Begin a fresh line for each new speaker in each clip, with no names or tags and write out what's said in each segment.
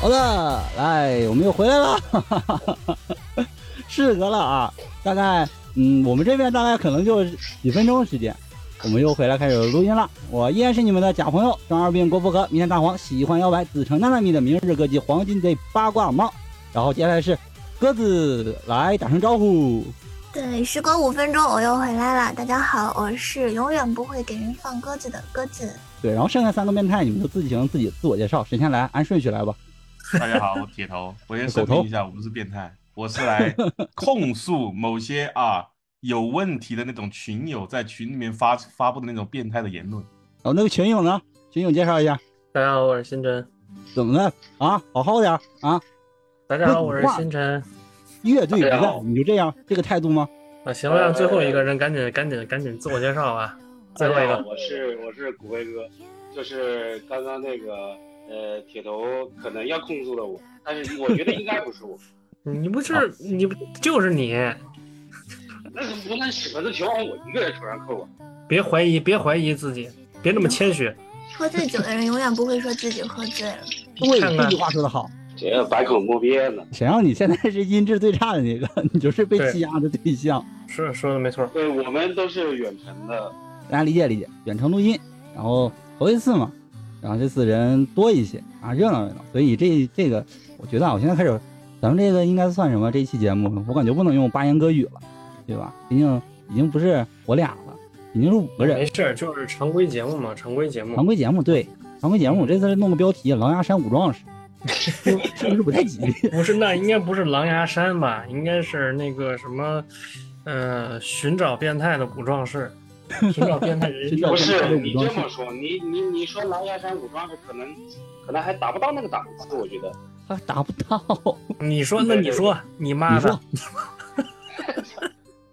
好的，来，我们又回来了， 事隔了啊，大概嗯，我们这边大概可能就几分钟时间，我们又回来开始录音了。我依然是你们的假朋友张二病郭富和，明天大黄喜欢摇摆，子承娜娜米的明日歌姬黄金贼八卦猫，然后接下来是鸽子来打声招呼。
对，时隔五分钟，我又回来了。大家好，我是永远不会给人放鸽子的鸽子。
对，然后剩下三个变态，你们就自行自己自我介绍，谁先来？按顺序来吧。
大家好，我铁头，我先声明一下，我不是变态，我是来控诉某些啊有问题的那种群友在群里面发发布的那种变态的言论。
哦，那个群友呢？群友介绍一下，
大家好，我是新真。
怎么了啊？好好点儿啊！
大家好，我是新真。
乐队不
哎
在
呦，
你就这样这个态度吗？
啊，行了，让最后一个人赶紧赶紧赶紧自我介绍吧。最后一
大家好
个，
哎我是我是骨灰哥，就是刚刚那个呃铁头可能要控诉了我，但是我觉得应该不是我，
你不是你不就是你，
那是不能只能全往我一个人头上扣啊！
别怀疑，别怀疑自己，别那么谦虚。
喝醉酒的人永远不会说自己喝醉了。
对，
看
这
看
句话说得好。
这个百口莫辩呢。
谁让你现在是音质最差的那个，你就是被
对
欺压的对象。
是说的没错，
对我们都是远程的，
大家理解理解，远程录音，然后头一次嘛，然后这次人多一些啊，热闹热闹。所以这这个，我觉得啊，我现在开始，咱们这个应该算什么？这一期节目，我感觉不能用八言歌语了，对吧？毕竟已经不是我俩了，已经是五个人
没。事儿，就是常规节目嘛，常规节目
常。规节目对，常规节目，我这次弄个标题《狼牙山五壮士》， 是不是不太吉利？
不是，那应该不是狼牙山吧？应该是那个什么，呃，寻找变态的武壮士，寻找变态人
寻找
不
变态
是
的
你
武装
这
士
么说，你你你说狼牙山武装是可能可能还达不到那个档次，我觉得。
还达不到。
你说，那你说，你
你
妈的
说，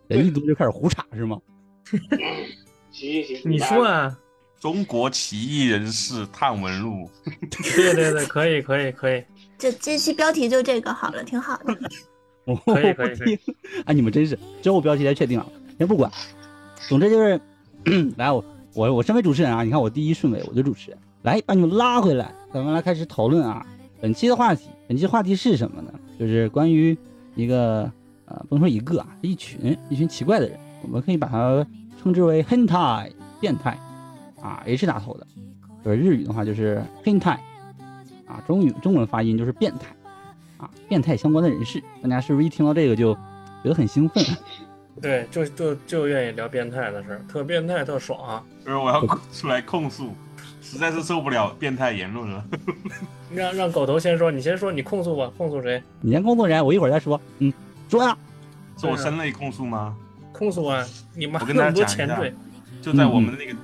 人一多就开始胡扯是吗？
行行行，
你说啊？
中国奇异人士探文录，
对对对，可以可以可以，
这这期标题就这个好了，挺好的。
我
可以可以可以
听啊，你们真是，之后标题再确定啊，先不管。总之就是， 来我我我身为主持人啊，你看我第一顺位我就主持人，来把你们拉回来，咱们来开始讨论啊。本期的话题，本期话题是什么呢？就是关于一个呃，不能说一个啊，一群一群奇怪的人，我们可以把它称之为 hentai 变态啊，H 打头的，就是日语的话就是 hentai 啊，中语中文发音就是变态。啊，变态相关的人士，大家是不是一听到这个就觉得很兴奋？啊
对，就就就愿意聊变态的事儿，特变态特爽。啊
而我要出来控诉，实在是受不了变态言论了。
让让狗头先说，你先说，你控诉我，控诉谁？
你先工作人员，我一会儿再说。嗯，说呀、
是我声泪控诉吗？
控诉我，啊你妈
我跟
那
大家
么多
讲一
前
下
缀，
就在我们那个，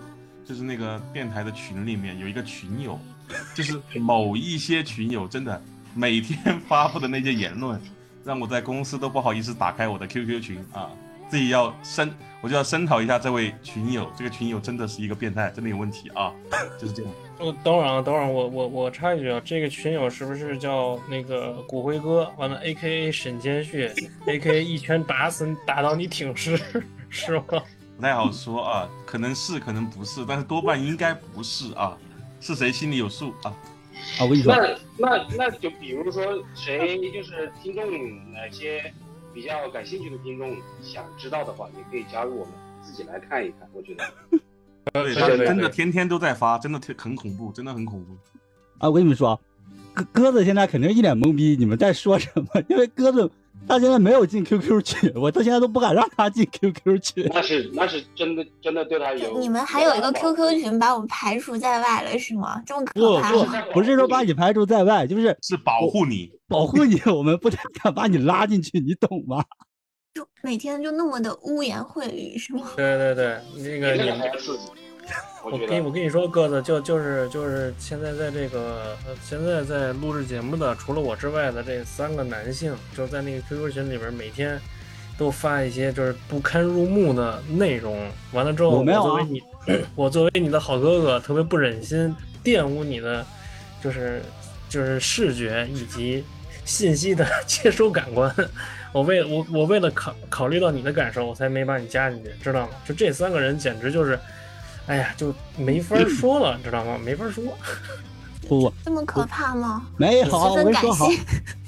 就是那个电台的群里面有一个群友， 就是某一些群友真的每天发布的那些言论，让我在公司都不好意思打开我的 QQ 群啊，自己要声，我就要声讨一下这位群友，这个群友真的是一个变态，真的有问题啊， 就是这样。
我等会儿啊，等会儿我我我插一句啊，这个群友是不是叫那个骨灰哥？完了，A K A 沈谦旭，A K A 一拳打死你打到你挺尸， 是吗？
不太好说啊，可能是，可能不是，但是多半应该不是啊，是谁心里有数啊？
啊，我跟你说
那，那那就比如说谁就是听众哪些比较感兴趣的听众想知道的话，也可以加入我们自己来看一看。我觉得
对，
对对
真的
对
天天都在发，真的特很恐怖，真的很恐怖。
啊，我跟你们说啊，鸽鸽子现在肯定一脸懵逼，你们在说什么？因为鸽子他现在没有进 QQ 群，我到现在都不敢让他进 QQ 群。
那是那是真的真的对他有。
你们还有一个
有
QQ 群把我们排除在外了是吗？这么可
不
怕
不
吗？
不是说把你排除在外，就是
是保护你，
保护你，我们不太敢把你拉进去，你懂吗？
就每天就那么的污言秽语是吗？
对对对，那个
那
你
个
们
还要刺激，我
我
觉
跟
得
我跟你说，鸽子就就是就是现在在这个呃现在在录制节目的，除了我之外的这三个男性，就在那个 QQ 群里边，每天都发一些就是不堪入目的内容。完了之后，
我没有啊
作为你， 我作为你的好哥哥，特别不忍心玷污你的，就是就是视觉以及信息的接收感官。我为我我为了考考虑到你的感受，我才没把你加进去，知道吗？就这三个人简直就是，哎呀，就没法说了，知道吗？没法说。
不不，
这么可怕吗？
没有，
十
我
分
跟你
感
说好
谢，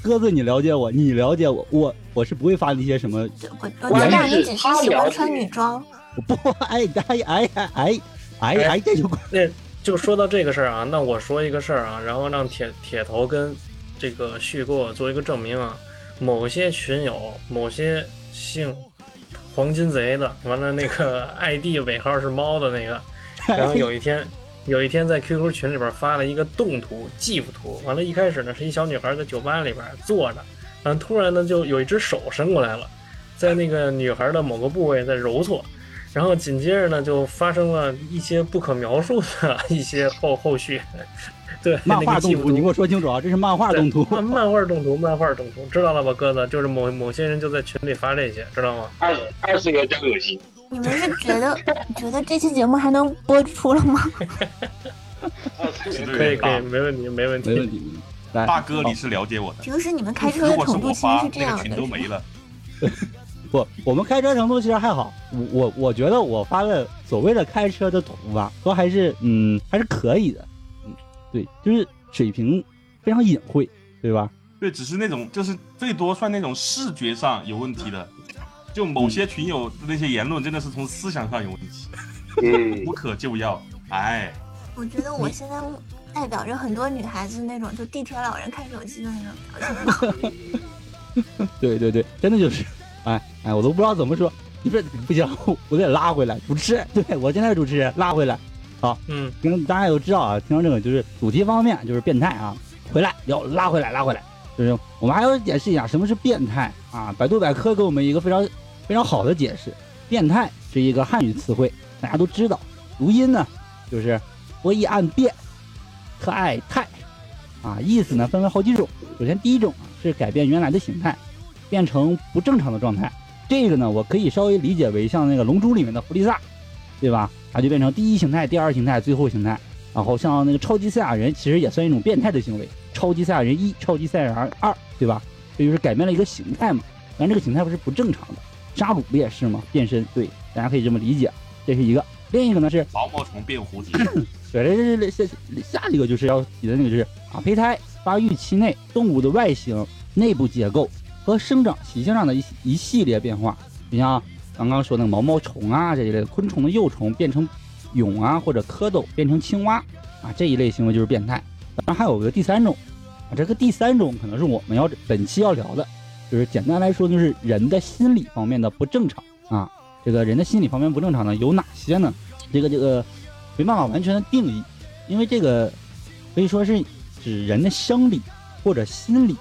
鸽子，你了解我，你了解我，我我是不会发那些什么，
我我
我
知道
也
你
是
只是
他
喜
了
欢
解
穿女装，
我不哎哎哎哎哎哎哎，这就怪
那就说到这个事儿啊，那我说一个事儿啊，然后让铁铁头跟这个旭给我做一个证明啊。某些群友，某些姓黄金贼的，完了那个 ID 尾号是猫的那个， 然后有 一天，有一天在 QQ 群里边发了一个动图 GIF 图，完了，一开始呢是一小女孩在酒吧里边坐着，然后突然呢就有一只手伸过来了，在那个女孩的某个部位在揉搓，然后紧接着呢就发生了一些不可描述的一些后后续，对，
漫
那
画
个 GIF
动图，你给
图。
我说清楚啊，这是漫画
对
动图，
漫漫画动图，漫画动图，知道了吧，鸽子？就是某某些人就在群里发这些，知道吗？
二二次元真恶心。
你们是觉得觉得这期节目还能播出了吗？
二次元
可以，
对
可以，
大
没问题，没问题。
没问题。来，
大哥，
好
你是了解我的。
平时你们开车
如
的
果是
程
我
度其实
发
是，这
那
样
个群
的，
都没了。
不，我们开车程度其实还好。我我我觉得我发的所谓的开车的图吧，都还是嗯还是可以的，嗯，对，就是水平非常隐晦，对吧？
对，只是那种就是最多算那种视觉上有问题的，就某些群友的那些言论真的是从思想上有问题，
嗯
无，可救药。哎，
我觉得我现在代表着很多女孩子那种就地铁老人看手机的那种表情包。
对对对，真的就是，哎哎，我都不知道怎么说。你不是不行，我得拉回来。主持，对我现在是主持人，拉回来。
嗯，
听大家都知道啊，听到这个就是主题方面就是变态啊，回来要拉回来拉回来，就是我们还要解释一下什么是变态啊。百度百科给我们一个非常非常好的解释，变态是一个汉语词汇，大家都知道，读音呢就是博弈按变，特爱态啊，意思呢分为好几种。首先第一种啊是改变原来的形态，变成不正常的状态，这个呢我可以稍微理解为像那个《龙珠》里面的弗利萨，对吧？它就变成第一形态、第二形态、最后形态。然后像那个超级赛亚人，其实也算一种变态的行为。超级赛亚人一、超级赛亚人二，对吧？这就是改变了一个形态嘛。但这个形态不是不正常的。沙鲁不也是吗？变身，对，大家可以这么理解，这是一个。另一个呢是，
毛毛虫变蝴蝶，
对，这是下下一个就是要提的那个就是啊，胚胎发育期内动物的外形、内部结构和生长习性上的一系一系列变化，你像刚刚说那个毛毛虫啊这一类的昆虫的幼虫变成蛹啊或者蝌蚪变成青蛙啊这一类行为就是变态。当然还有个第三种啊，这个第三种可能是我们要本期要聊的，就是简单来说就是人的心理方面的不正常啊。这个人的心理方面不正常呢有哪些呢？这个这个没办法完全的定义，因为这个可以说是指人的生理或者心理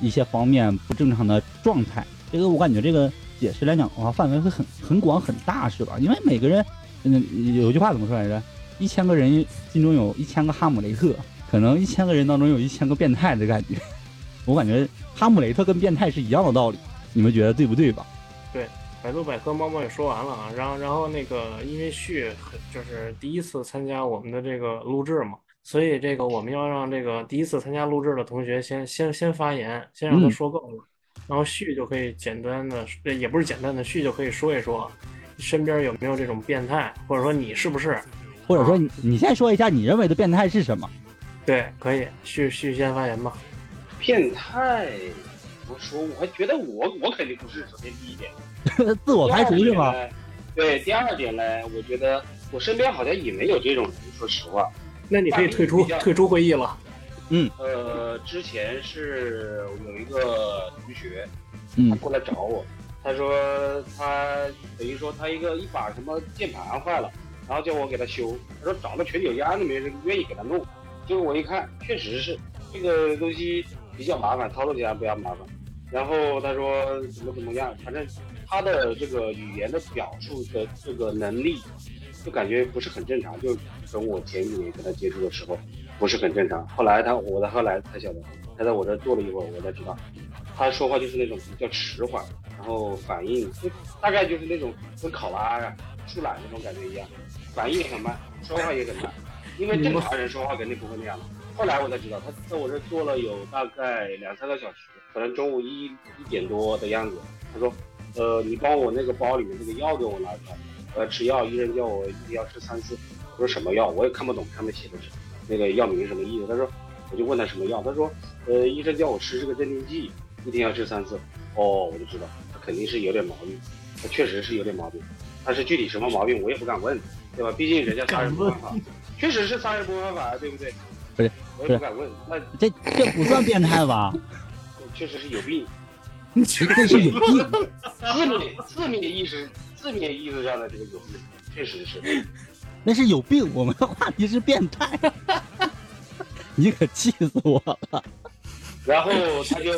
一些方面不正常的状态。这个我感觉这个解释来讲的话，范围会很很广很大，是吧？因为每个人，嗯，有句话怎么说来着？一千个人心中有一千个哈姆雷特，可能一千个人当中有一千个变态的感觉。 我感觉哈姆雷特跟变态是一样的道理，你们觉得对不对吧？
百度百科猫猫也说完了啊，然后然后那个因为旭很就是第一次参加我们的这个录制嘛，所以这个我们要让这个第一次参加录制的同学先先先发言，先让他
嗯
说够了，然后旭就可以简单的，呃也不是简单的，旭就可以说一说身边有没有这种变态，或者说你是不是？
或者说你你先说一下你认为的变态是什么？
对，可以，旭旭先发言吧。
变态，我说我还觉得我我肯定不是，首先第一点。
自
哦
我排除是吗？
第二点呢？对，第二点呢，我觉得我身边好像也没有这种人，说实话。
那你可以退出
比较
退出会 议了。
呃，之前是有一个同学，
嗯
他过来找我，他说他等于说他一个一把什么键盘坏了，然后叫我给他修，他说找了全酒家那边人愿意给他弄，结果我一看，确实是这个东西比较麻烦，操作起来比较麻烦。然后他说怎么怎么样，反正他的这个语言的表述的这个能力，就感觉不是很正常。就从我前几年跟他接触的时候，不是很正常。后来他，我在后来才晓得，他在我这坐了一会儿，我才知道，他说话就是那种比较迟缓，然后反应就大概就是那种跟考拉呀、树懒那种感觉一样，反应也很慢，说话也很慢。因为正常人说话肯定不会那样的。后来我才知道，他呃在我这坐了有大概两三个小时，可能中午一一点多的样子。他说：“呃，你帮我那个包里面那个药给我呃拿出来，我要吃药，医生叫我一天要吃三次。”我说什么药，我也看不懂上面写的是。那个药名是什么意思，他说我就问他什么药，他说呃医生叫我吃这个镇定剂，一天要吃三次。哦，我就知道他肯定是有点毛病，他确实是有点毛病，但是具体什么毛病我也不敢问，对吧？毕竟人家杀人不犯法，确实是杀人不犯法，对不对？
不是，
我也不敢问，那
这这不算变态吧？
确实是有病。
你绝对是有病。
字面字面意思字面意思上的这个有病，确实是。
那是有病。我们的话题是变态， 你可气死我了！
然后他 就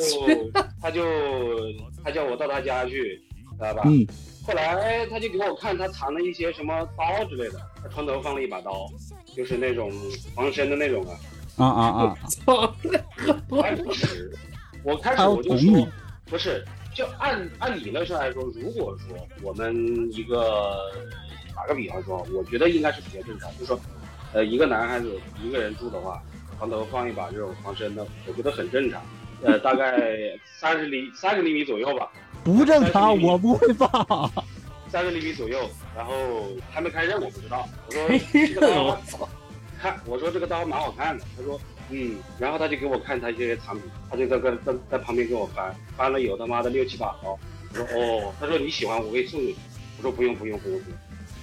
他就他叫我到他家去，知道吧？
嗯，
后来他就给我看他藏了一些什么刀之类的，他床头放了一把刀，就是那种防身的那种啊。
啊啊啊！
操！
开始我开始
他要
我就
捅
说
你，
不是，就按按理论上来说，如果说我们一个打个比方说，我觉得应该是比较正常，就是说，呃，一个男孩子一个人住的话，床头放一把这种防身的，我觉得很正常。呃，大概三十厘三十厘米左右吧，
不正常，
你
我不会放。
三十厘米左右。然后还没开刃，我不知道。我说这个刀
我操！
看，我说这个刀蛮好看的，他说嗯，然后他就给我看他一些藏品，他就在在在在旁边给我翻，翻了有他妈的六七把刀，我说哦，他说你喜欢我可以送你，我说不用不用不用不用，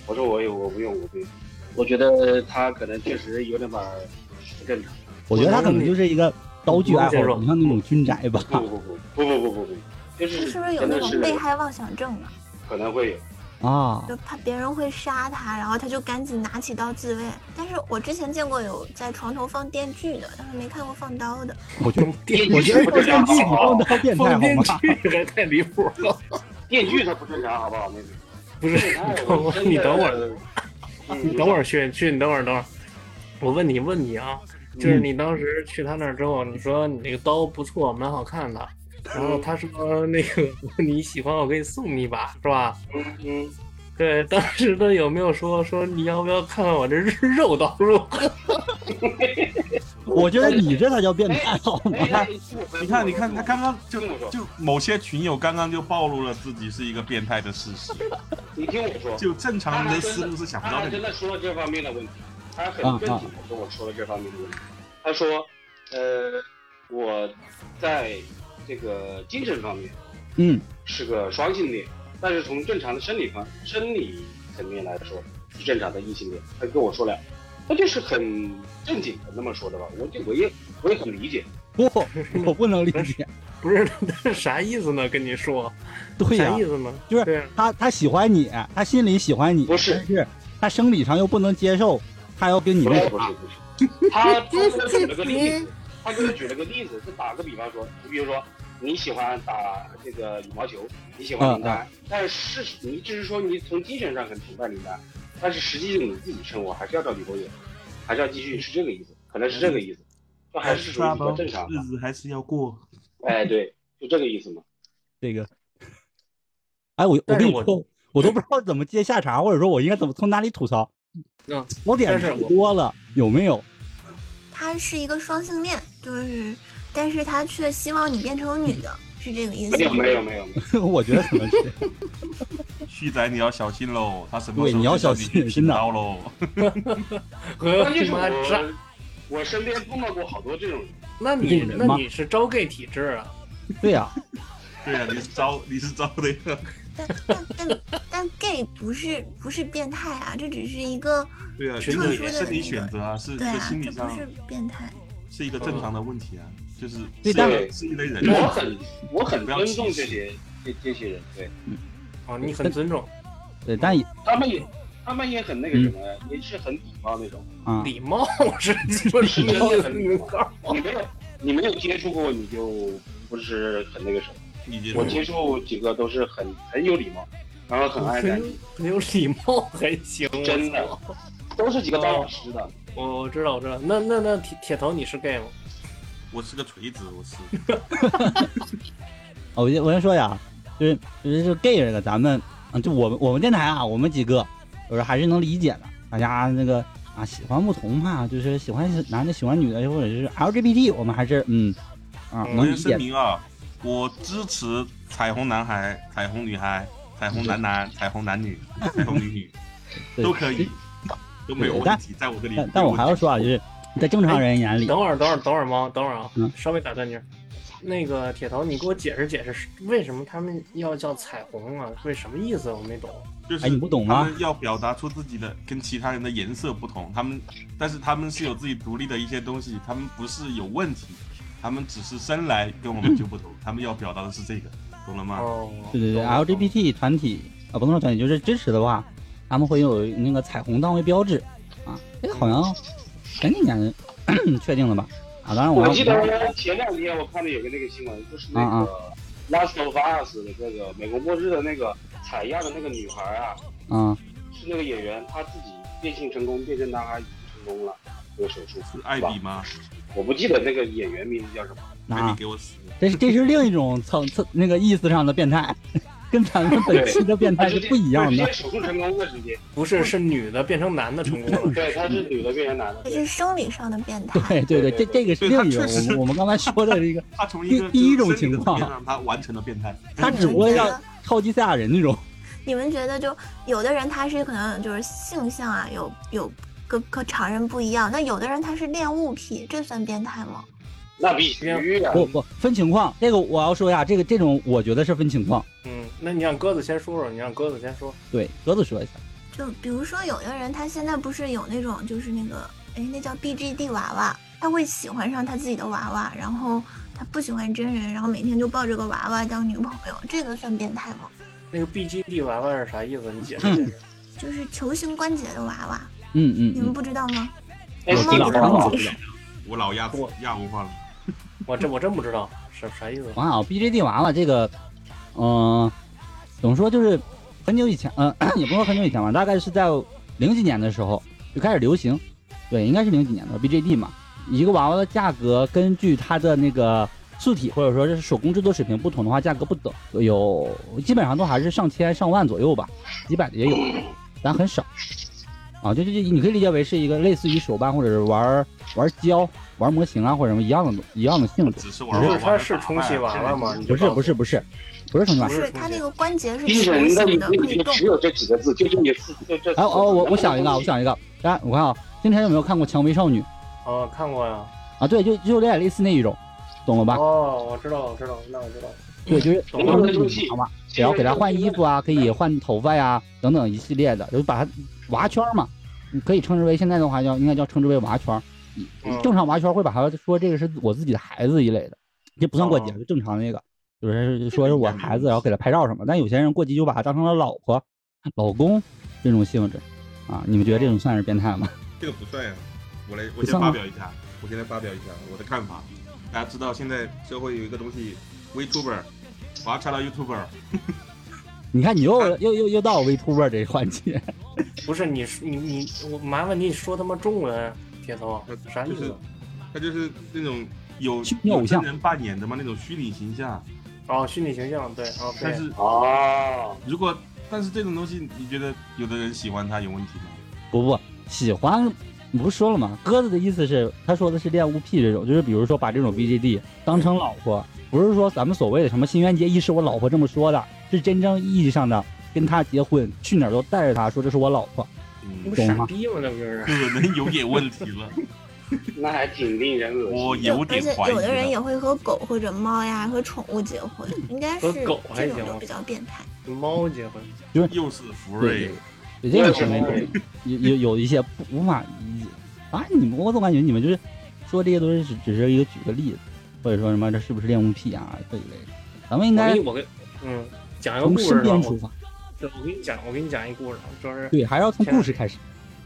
我说我也我不用我不用，我觉得他可能确实有点把不正常，
我觉得他可能就是一个刀具爱好者，
我能理解
你像那种军宅吧。
不不不不不不不不，就是是
不是有
真
那
的
种
是
被害妄想症啊？
可能会有，
啊，
就怕别人会杀他，然后他就赶紧拿起刀自卫。但是我之前见过有在床头放电锯的，但是没看过放刀的。
我觉得
电
我觉得
不
放
正
电
常
锯比
好
放
不好？
刀变态好
电
吗？
锯还太离谱了，
电锯它不正常好不好？哎妹子，
不是？我你等会儿，
嗯
你等会儿，去去，你等会儿，等会儿，我问你问你啊，就是你当时去他那儿之后，你说你那个刀不错，蛮好看的，然后他说那个 你喜欢我可以送你一把，是吧？
嗯嗯，
对，当时他有没有说说你要不要看看我这肉 刀如何？
我觉得你这才叫变态好吗？
哎，哎
你看，你看，他刚刚就
听我说
就某些群友刚刚就暴露了自己是一个变态的事实，
你听我说，
就正常人的思路是想不
他
到
还
这嗯
真
个。
的说了这方面的问题，他很
啊
正经的跟我说了这方面的问题。他说，呃，我在这个精神方面
嗯，
是个双性恋，但是从正常的生理方生理层面来说是正常的异性恋。他跟我说了，他就是很正经的那么说的吧，我就我也我也很理解。
不，我不能理解。
不是，他是啥意思呢？跟你说
对呀、
啥意思呢？
就是
对啊
他他喜欢你，他心里喜欢你，
不是
但是他生理上又不能接受，他要跟你
不
那
是哎
啥
不是不 是，他他给我举了个例子，他给我举了个例子，就打个比方说，你比如说你喜欢打这个羽毛球，你喜欢林丹，但是事你只是说你从精神上很崇拜林丹，但是实际上你自己生活还是要找女朋友，还是要继续，是这个意思，可能是这个意思，这还是属于比较正常
日
的，
子还是要过。
哎，对，就这个意思嘛。
这个。哎，我我
但是
跟你
我
说，我都不知道怎么接下茬，或者说我应该怎么从哪里吐槽。
嗯，
槽点
但是
太
我
多了，有没有？
他是一个双性恋，就是，但是他却希望你变成女的，是这个意思
没有
吗？
没有没有，没有
我觉得可能是
旭仔，你要小心喽，他什么
对
时候
你要
就叫
小
你
心
去
真
拼
的
刀喽？
和
关键是
妈渣，
我我身边碰到过好多这种人，
那你
人
那
吗
你是招 gay 体质啊？
对呀、
对啊，你是招你是招的一个，
但但但但 gay 不是不是变态啊，这只是一个
对啊，
群
你
体
的身体选择啊，是
对
是
啊，
心
这
理
不
上
是变态。
是一个正常的问题啊，就是
对
是
但
一是一类人
我
啊，
很我很
不要
尊
歧
重
视
这些这这些人，对。
哦，你很尊重
对，但 也
他们也，他们也很那
嗯
个什么，呀，也是很礼貌那种。
啊，
礼貌 是就是是
人家很礼
你
貌你没有，你没有接触过，你就不是很那个什么。
你接
我
受
接触几个都是很很有礼貌，然后很爱干净，
很有礼貌 还行，我
真的
操
都是几个当老师的。
我我知道我知道。那那那铁铁头你是 gay 吗？
我是个锤子，我是
哦我先我先说呀，就是就是这 gay 这个，咱们啊，就我们我们电台啊，我们几个就是还是能理解的，大家那个啊喜欢不同嘛，就是喜欢男的喜欢女的，或者是 LGBT，我们还是嗯啊
嗯
我
能理
先
解
声
的。
明啊，我支持彩虹男孩、彩虹女孩、彩虹男男、彩虹男女、彩虹女女
对
都可以，都没有
但
问题，在我这里
但但我还要说啊，就是在正常人眼里，
等会儿，等会儿，等会儿，猫，等会儿啊
嗯，
稍微打断你儿。那个铁头，你给我解释解释，为什么他们要叫彩虹啊？为什么意思？我没懂。
就是
哎你不懂吗
他们要表达出自己的跟其他人的颜色不同，他们但是他们是有自己独立的一些东西，他们不是有问题，他们只是生来跟我们 就不同，他们要表达的是这个，懂了吗？
哦，
啊对对对
懂了懂了
，LGBT 团体啊，不能说团体，就是支持的话，他们会有那个彩虹当为标志啊。这个好像前几年 确定了吧？啊，
嗯
当然我
我
要
记得前两天我看到有个那个新闻，就是那
嗯
个《Last of Us》的那个美国末日的那个采样的那个女孩啊，
啊，
是那个演员，她自己变性成功，变成男孩已经成功了，这个手术
是艾比吗？
我不记得那个演员名字叫什么。
艾
啊
比，给我死！
这是这是另一种层次那个意思上的变态， 跟咱们本期的变态
她
是
直
不一样
直
的
接。手术成功了，直接。
不是，是女的变成男的成功了。
对，她是女的变成男的
这。是生理上的变 态。
对对对，这这个是另一种
对他确
我
实
们我们刚才说的这 个，
他从一个
第第一种
就是生理的
情况
层面让他完成了变态，
他只不过要超级赛亚人那种。
你们觉得就有的人他是可能就是性向啊有有跟和常人不一样，那有的人他是恋物癖，这算变态吗？
那必须啊呀、
不不分情况，这个我要说一下，这个这种我觉得是分情况。
嗯，那你让鸽子先说说，你让鸽子先说。
对，鸽子说一下，
就比如说有的人他现在不是有那种就是那个哎那叫 BGD 娃娃，他会喜欢上他自己的娃娃，然后他不喜欢真人，然后每天就抱着个娃娃当女朋友，这个算变态吗？
那个 BGD 娃娃是啥意思？你解释解释。
就是球形关节的娃娃，
嗯嗯
你们
嗯，
不知道吗？
哎，
我知道
你看
我
知道
我老亚
我
亚文化了。
我这我真不知道是啥意思。
完啊，BJD 娃娃这个，嗯、怎么说就是很久以前，嗯、 也不是说很久以前吧，大概是在零几年的时候就开始流行，对，应该是零几年的 BJD 嘛。一个娃娃的价格根据它的那个素体或者说是手工制作水平不同的话，价格不等，有基本上都还是上千上万左右吧，几百的也有，但很少。啊，就就就你可以理解为是一个类似于手办或者是玩玩胶、玩模型啊或者什么一样的一样的性质。
只是
不
玩
是
玩玩
它是充气娃娃吗
现
不
在
是不是不是，不是充气娃
不
娃。
是
是他那个关节是
精
球
神
形
的名
的，
字
可
里
以
面
动
只。有这几个字，就这么四，就这。
哎哦，我我想一个，啊，我。想一个，大家我看啊，今天有没有看过《蔷薇少女》
哦，看过呀。
啊？对，就就恋爱类似那一种，懂了吧？
哦，我知道，我知道，那我知道。
对，就是
懂
了
就是女娃娃，只要给她换衣服啊，可以换头发呀、等等一系列的，就把她娃圈嘛，你可以称之为现在的话叫应该叫称之为娃圈。
嗯
正常娃圈会把它说这个是我自己的孩子一类的，这不算过节，就正常那个，就是说是我孩子，然后给他拍照什么。但有些人过节就把他当成了老婆、老公这种性质啊，你们觉得这种算是变态吗？
这个不算呀。我来，我
不
先
算吗
发表一下，我现在发表一下我的看法。大家知道现在社会有一个东西，VTuber，我要查到 YouTuber，
你看你又又又又到 VTuber 这环节，
不是你说你你我麻烦你说他妈中文，铁头啥意
就是
思？
他就是那种有
啊虚拟偶
有
像
真人扮演的嘛，那种虚拟形象。啊
哦，虚拟形象对，OK。
但是
哦，
如果但是这种东西，你觉得有的人喜欢它有问题吗？
不不喜欢，你不是说了吗？鸽子的意思是，他说的是恋物癖这种，就是比如说把这种
嗯
BGD 当成老婆，不是说咱们所谓的什么新垣结衣是我老婆这么说的，是真正意义上的跟她结婚，去哪儿都带着她说这是我老婆。
嗯
你不，
懂
傻
吗
逼吗？那不就是？
可能有点问题 了，
那还挺令人恶心。
我
就
有
而
点
且
怀疑
有的人
了。
也会和狗或者猫呀和宠物结婚，应该是
和狗还
这种就
行
比较变态。
猫结婚，
又是福
对
瑞，
对，这
对
个
对
行为
对
有有有一些不无法理解啊！你们我总感觉你们就是说这些东西只只是一个举个例子，或者说什么这是不是恋物癖啊这一类的，咱们应
我
该
给我给嗯讲一个
从
故
身
事吧。
边出
我
发，
对我给你讲，我给你讲一故事，啊，就是
对，还是要从故事开 始。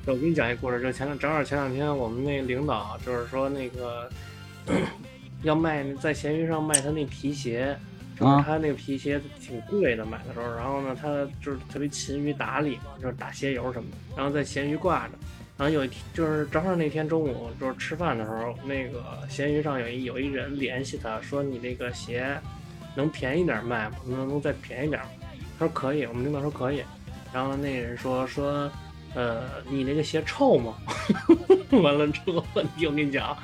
我给你讲一故事，就前两正好前两天我们那领导就是说那个要卖在闲鱼上卖他那皮鞋，就是
啊
他那个皮鞋挺贵的，买的时候，然后呢他就是特别勤于打理嘛，就是打鞋油什么的，然后在闲鱼挂着。然后有一天就是正好那天中午就是吃饭的时候，那个闲鱼上有一有一人联系他说你这个鞋能便宜点卖吗？能不能再便宜点？他说可以，我们领导说可以。然后那人说说，呃，你那个鞋臭吗？ 完了这个问题我跟你讲，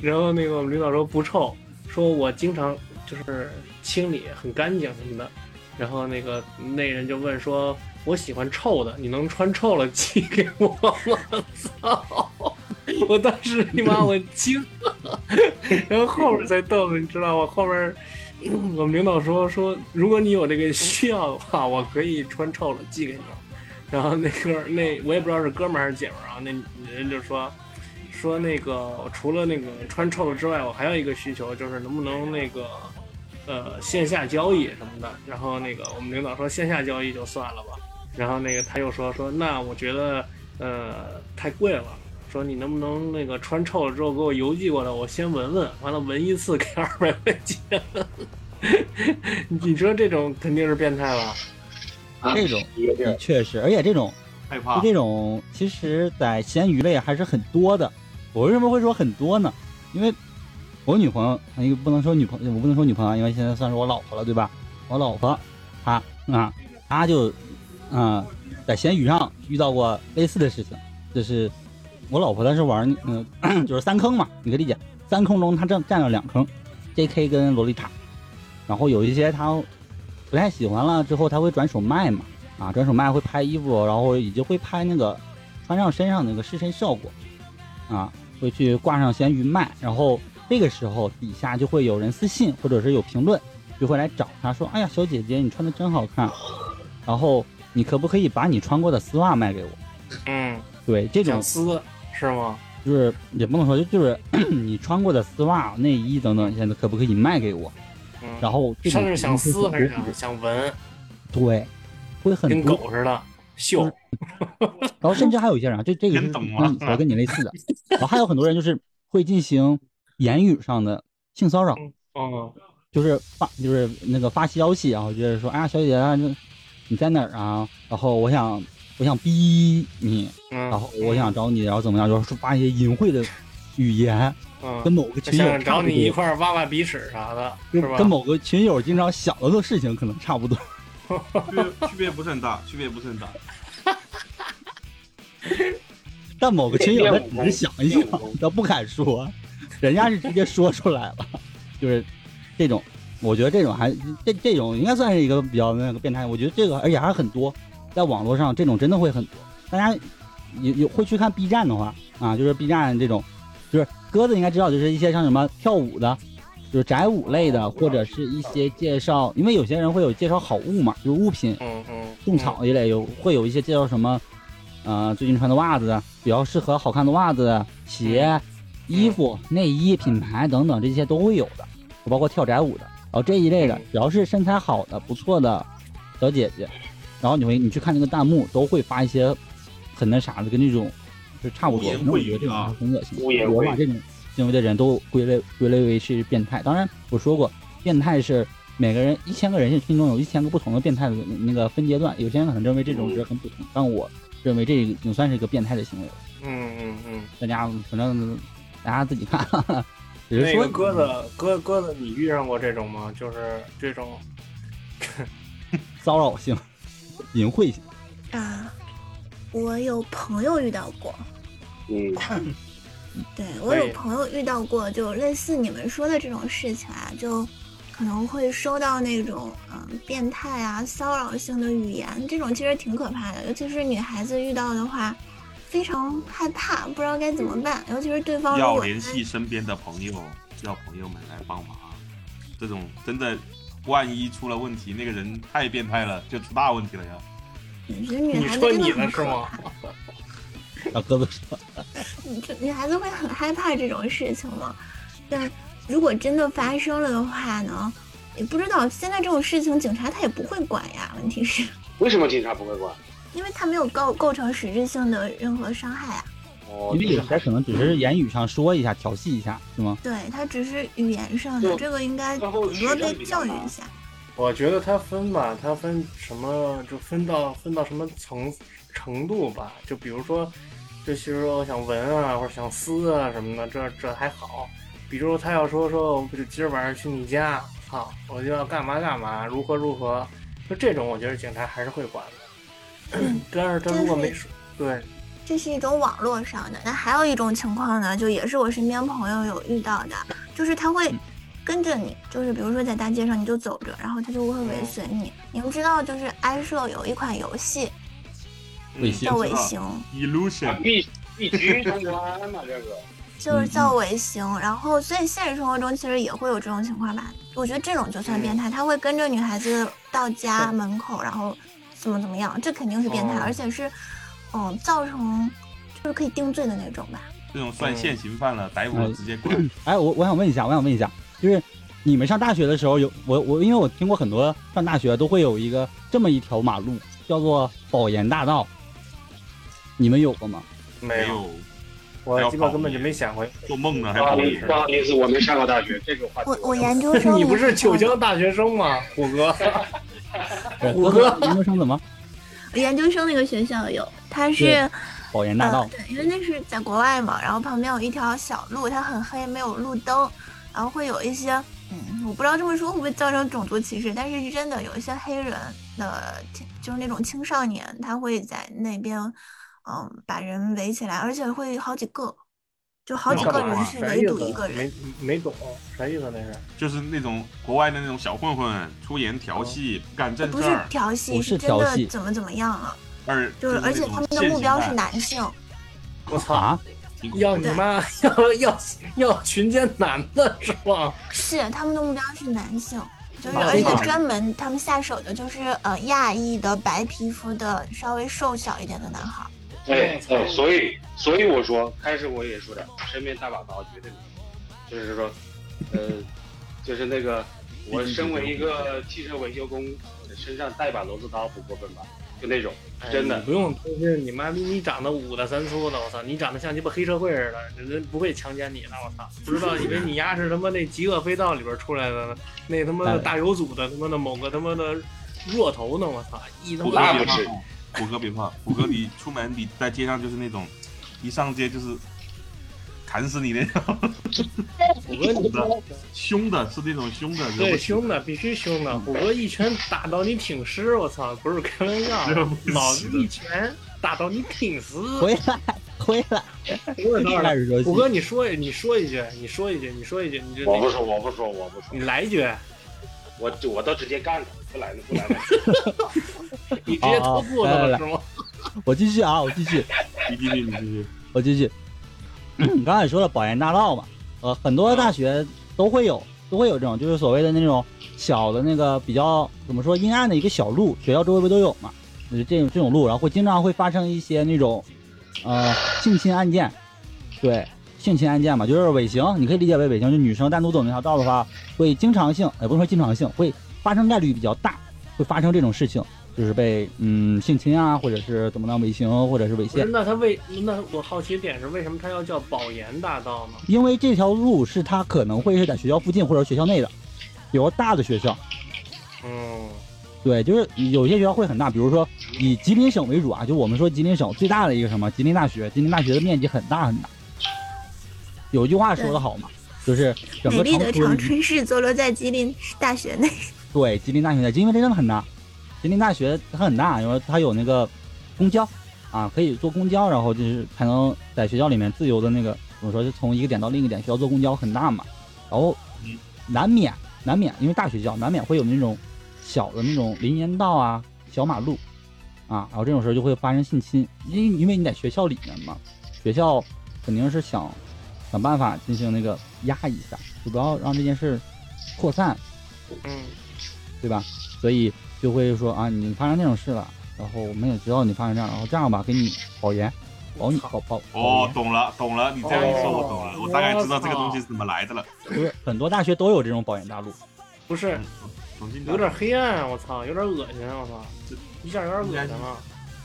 然后那个我们领导说不臭，说我经常就是清理很干净什么的。然后那个那人就问说，我喜欢臭的，你能穿臭了寄给我吗？操！我当时你妈我惊了，然后后边才逗的，你知道吗？后边嗯我们领导说说，如果你有这个需要的话，我可以穿臭了寄给你。然后那哥、那我也不知道是哥们儿还是姐们儿啊，那女人就说说那个我除了那个穿臭了之外，我还有一个需求就是能不能那个呃线下交易什么的。然后那个我们领导说线下交易就算了吧。然后那个他又说说那我觉得呃太贵了，说你能不能那个穿臭了之后给我邮寄过来，我先闻闻，完了闻一次给二百块钱。 你说这种肯定是变态吧？
这种
一个地
的
儿，
确是，而且这种
害
就
怕。
这种，其实，在闲鱼类还是很多的。我为什么会说很多呢？因为我女朋友，哎不能说女朋友，我不能说女朋友啊，因为现在算是我老婆了，对吧？我老婆，她啊，她就，嗯、在闲鱼上遇到过类似的事情，就是我老婆当时玩，嗯、 就是三坑嘛，你可以理解，三坑中她占占了两坑，J.K. 跟洛丽塔，然后有一些她不太喜欢了之后，她会转手卖嘛。啊，转手卖会拍衣服，然后以及会拍那个穿上身上那个试身效果，啊，会去挂上闲鱼卖。然后这个时候底下就会有人私信或者是有评论，就会来找他说：“哎呀，小姐姐，你穿的真好看，然后你可不可以把你穿过的丝袜卖给我
嗯，？”
对，这种
讲撕是吗？
就是也不能说，就就是 你穿过的丝袜、内衣等等，现在可不可以卖给我？
嗯，
然后这
他
种
是想
情
撕
况
还
就是
想想闻，
对，会很
跟
多
狗似的嗅。
然后甚至还有一些人啊，这这个
真
是
懂
跟
啊
你我跟你类 似的，然后还有很多人就是会进行言语上的性 骚扰，
嗯
就是发就是那个发消息，然后就是说，哎呀，小姐姐啊，你你在哪儿啊？然后我想我想逼你，
嗯，
然后我想找你，然后怎么样，就是发一些淫秽的语言，跟
嗯，
某个
他
群友
想
差
找
不
你一
多，
块儿挖挖鼻屎啥的，是吧？
跟某个群友经常想到的事情可能差不多。
区别区别不是很大，区别不是很大。
但某个群友他
练武
只是想一想，他不敢说，人家是直接说出来了，就是这种，我觉得这种还这这种应该算是一个比较那个变态，我觉得这个而且还很多，在网络上这种真的会很多，大家也也会去看 B 站的话啊，就是 B 站这种，就是鸽子应该知道，就是一些像什么跳舞的。就是宅舞类的，或者是一些介绍，因为有些人会有介绍好物嘛，就是物品，
嗯嗯，
种草一类有会有一些介绍什么，呃，最近穿的袜子比较适合好看的袜子、啊鞋、衣服、内衣品牌等等，这些都会有的，包括跳宅舞的。然后这一类的，
嗯
只要是身材好的、不错的小姐姐，然后你会你去看那个弹幕，都会发一些很那啥的，跟那种就差不多。
污言
那我
秽
觉得
语
这种
啊
很恶心。
污言
我
秽语
把这种行为的人都归类归类为是变态。当然，我说过，变态是每个人一千个人心中有一千个不同的变态的那个分阶段，有些人可能认为这种是很普通，但我认为这已经算是一个变态的行为了。
嗯嗯嗯。
大家反正大家自己看，啊 只是
那
说
个鸽子，鸽鸽子，你遇上过这种吗？就是这种，
骚扰性、 淫秽性，
啊，我有朋友遇到过，
嗯，
对我有
对
朋友遇到过，就类似你们说的这种事情啊，就可能会收到那种嗯、变态啊、骚扰性的语言，这种其实挺可怕的，尤其是女孩子遇到的话，非常害怕，不知道该怎么办。尤其是对方如
要
果
联系身边的朋友，要朋友们来帮忙。啊这种真的，万一出了问题，那个人太变态了，就出大问题了呀！
我觉得女
你
孩子
说
真的
你
很
呢是
可怕。
吗？
让鸽子说，
你这女孩子会很害怕这种事情吗？但如果真的发生了的话呢？也不知道，现在这种事情警察他也不会管呀。问题是
为什么警察不会管？
因为他没有构构成实质性的任何伤害啊，
哦，
因为有
这
些可能只是言语上说一下、调戏一下， 是吗？
对他只是语言上的，
就
这个应该
最
顶
后
多
取证
被
比较
教育
难
一下。
我觉得它分吧，它分什么就分到分到什么层程度吧。就比如说，就其实说想闻啊，或者想撕啊什么的，这这还好。比如他要说说，我就今儿晚上去你家，操，我就要干嘛干嘛，如何如何，就这种，我觉得警察还是会管的。
嗯
但是他如果没说，对，
这是一种网络上的。那还有一种情况呢，就也是我身边朋友有遇到的，就是他会
嗯
跟着你，就是比如说在大街上你就走着，然后他就会尾随
嗯
你。你们知道，就是安社有一款游戏
猥亵
叫《尾
知道
行》，
illusion
必必须通关嘛，这个。
就是
嗯
叫违行，然后所以现实生活中其实也会有这种情况吧。我觉得这种就算
嗯
变态，他会跟着女孩子到家门口，然后怎么怎么样，这肯定是变态，
哦
而且是，嗯，造成就是可以定罪的那种吧。
这种算现行犯了，逮捕
嗯
了直接关。
哎，我我想问一下，我想问一下，就是你们上大学的时候有我我，因为我听过很多上大学都会有一个这么一条马路，叫做保研大道，你们有过吗？
没
哎
没有，
有，
我基本根本就没想过。
做梦呢还
不好
哎
跑
意思，啊不好意思，我没上过大学，这个话题
我 我研究生
你不是
也
九
上
江大学生吗，虎哥？
我哥，研究生怎么
我研究生那个学校有，它
对
是
保研大道
呃？？对，因为那是在国外嘛，然后旁边有一条小路，它很黑，没有路灯，然后会有一些，嗯，我不知道这么说会不会造成种族歧视，但是是真的有一些黑人的，就是那种青少年，他会在那边，嗯，把人围起来，而且会有好几个，就好几
那
个
干嘛啊
人去
啥
围
意
堵一
思啊
个？人。
没没懂啥意思那是？
就是那种国外的那种小混混，出言调
哦
戏，不干正
不
事
是
儿，
调
不
戏，
是
真
调
的
戏
怎么怎么样了？
而
就是，而且他们的目标是男性，
我操！
啊，
挺恐怖
要你妈！要要要群奸男的是吧？
是，他们的目标是男性，就是
啊
而且
啊
专门他们下手的就是呃亚裔的白皮肤的稍微瘦小一点的男孩儿。
对对，哎所以所以我说，开始我也说的，身边大把刀绝对没有，就是说，呃，就是那个，我身为一个汽车维修工，身上带把螺丝刀不过分吧？就那种，真
哎
的
你，不用担心，你妈逼你长得五大三粗的，我操，你长得像鸡巴黑社会似的，人家不会强奸你了，我操，不知道以为你丫是他妈那《极恶飞盗》里边出来的呢，那他妈的大有组的他妈的某个他妈的弱头呢，我操，一他
虎
妈
哥
那
别怕
不至于，
虎哥别怕，虎哥你出门你在街上就是那种，一上街就是砍死你那种，
虎哥你妈
凶的是那种凶的，惹
对
不起
凶的必须凶的，虎哥一拳打到你挺尸，我操，不是开玩笑
惹
的
不，起
老子一拳打到你挺死。
回来回来，
不是当
开
然
始说
虎哥
戏，
你说你说一句，你说一句，你说一句，你就
我不说，我不说，我不说
你，来一 句。
我就我都直接干了，不来了，不来了。
你直接脱裤子了是吗？
我继续啊，我继续。
你继续，你继续。
我继续，你 刚才说了保研大道嘛，呃，很多大学都会有，都会有这种，就是所谓的那种小的那个比较怎么说阴暗的一个小路，学校周围不都有嘛？就是这种这种路，然后会经常会发生一些那种，呃，性侵案件，对，性侵案件嘛，就是尾行，你可以理解为尾行，就女生单独走那条道的话，会经常性，也不是说经常性，会发生概率比较大，会发生这种事情，就是被嗯性侵啊，或者是怎么样尾行，或者是猥亵
不是，。那他为那我好奇点是为什么他要叫保研大道呢？
因为这条路是他可能会是在学校附近或者学校内的，比如大的学校，
嗯，
对，就是有些学校会很大，比如说以吉林省为主啊，就我们说吉林省最大的一个什么吉林大学，吉林大学的面积很大很大。有句话说得好嘛，就是整
美
个
丽的
长
长
春
春市坐落在吉林大学内，
对，吉林大学在，因为这真的很大。吉林大学它很大，然后它有那个公交啊，可以坐公交，然后就是还能在学校里面自由的那个怎么说，就从一个点到另一个点，学校坐公交很大嘛。然后难免难免，因为大学校难免会有那种小的那种林荫道啊、小马路啊，然后这种时候就会发生性侵，因为因为你在学校里面嘛，学校肯定是想想办法进行那个压一下，就不要让这件事扩散。
嗯，
对吧？所以就会说啊，你发生那种事了，然后我们也知道你发生这样，然后这样吧，给你保研，保你保保保
哦，
研。
懂了，懂了，你这样一说，我懂了，
哦
我大概知道这个东西是怎么来的了。
就是很多大学都有这种保研大路，
不是
嗯，重新
有点黑暗，啊我操，有点恶心，啊我操，一下有点恶心了。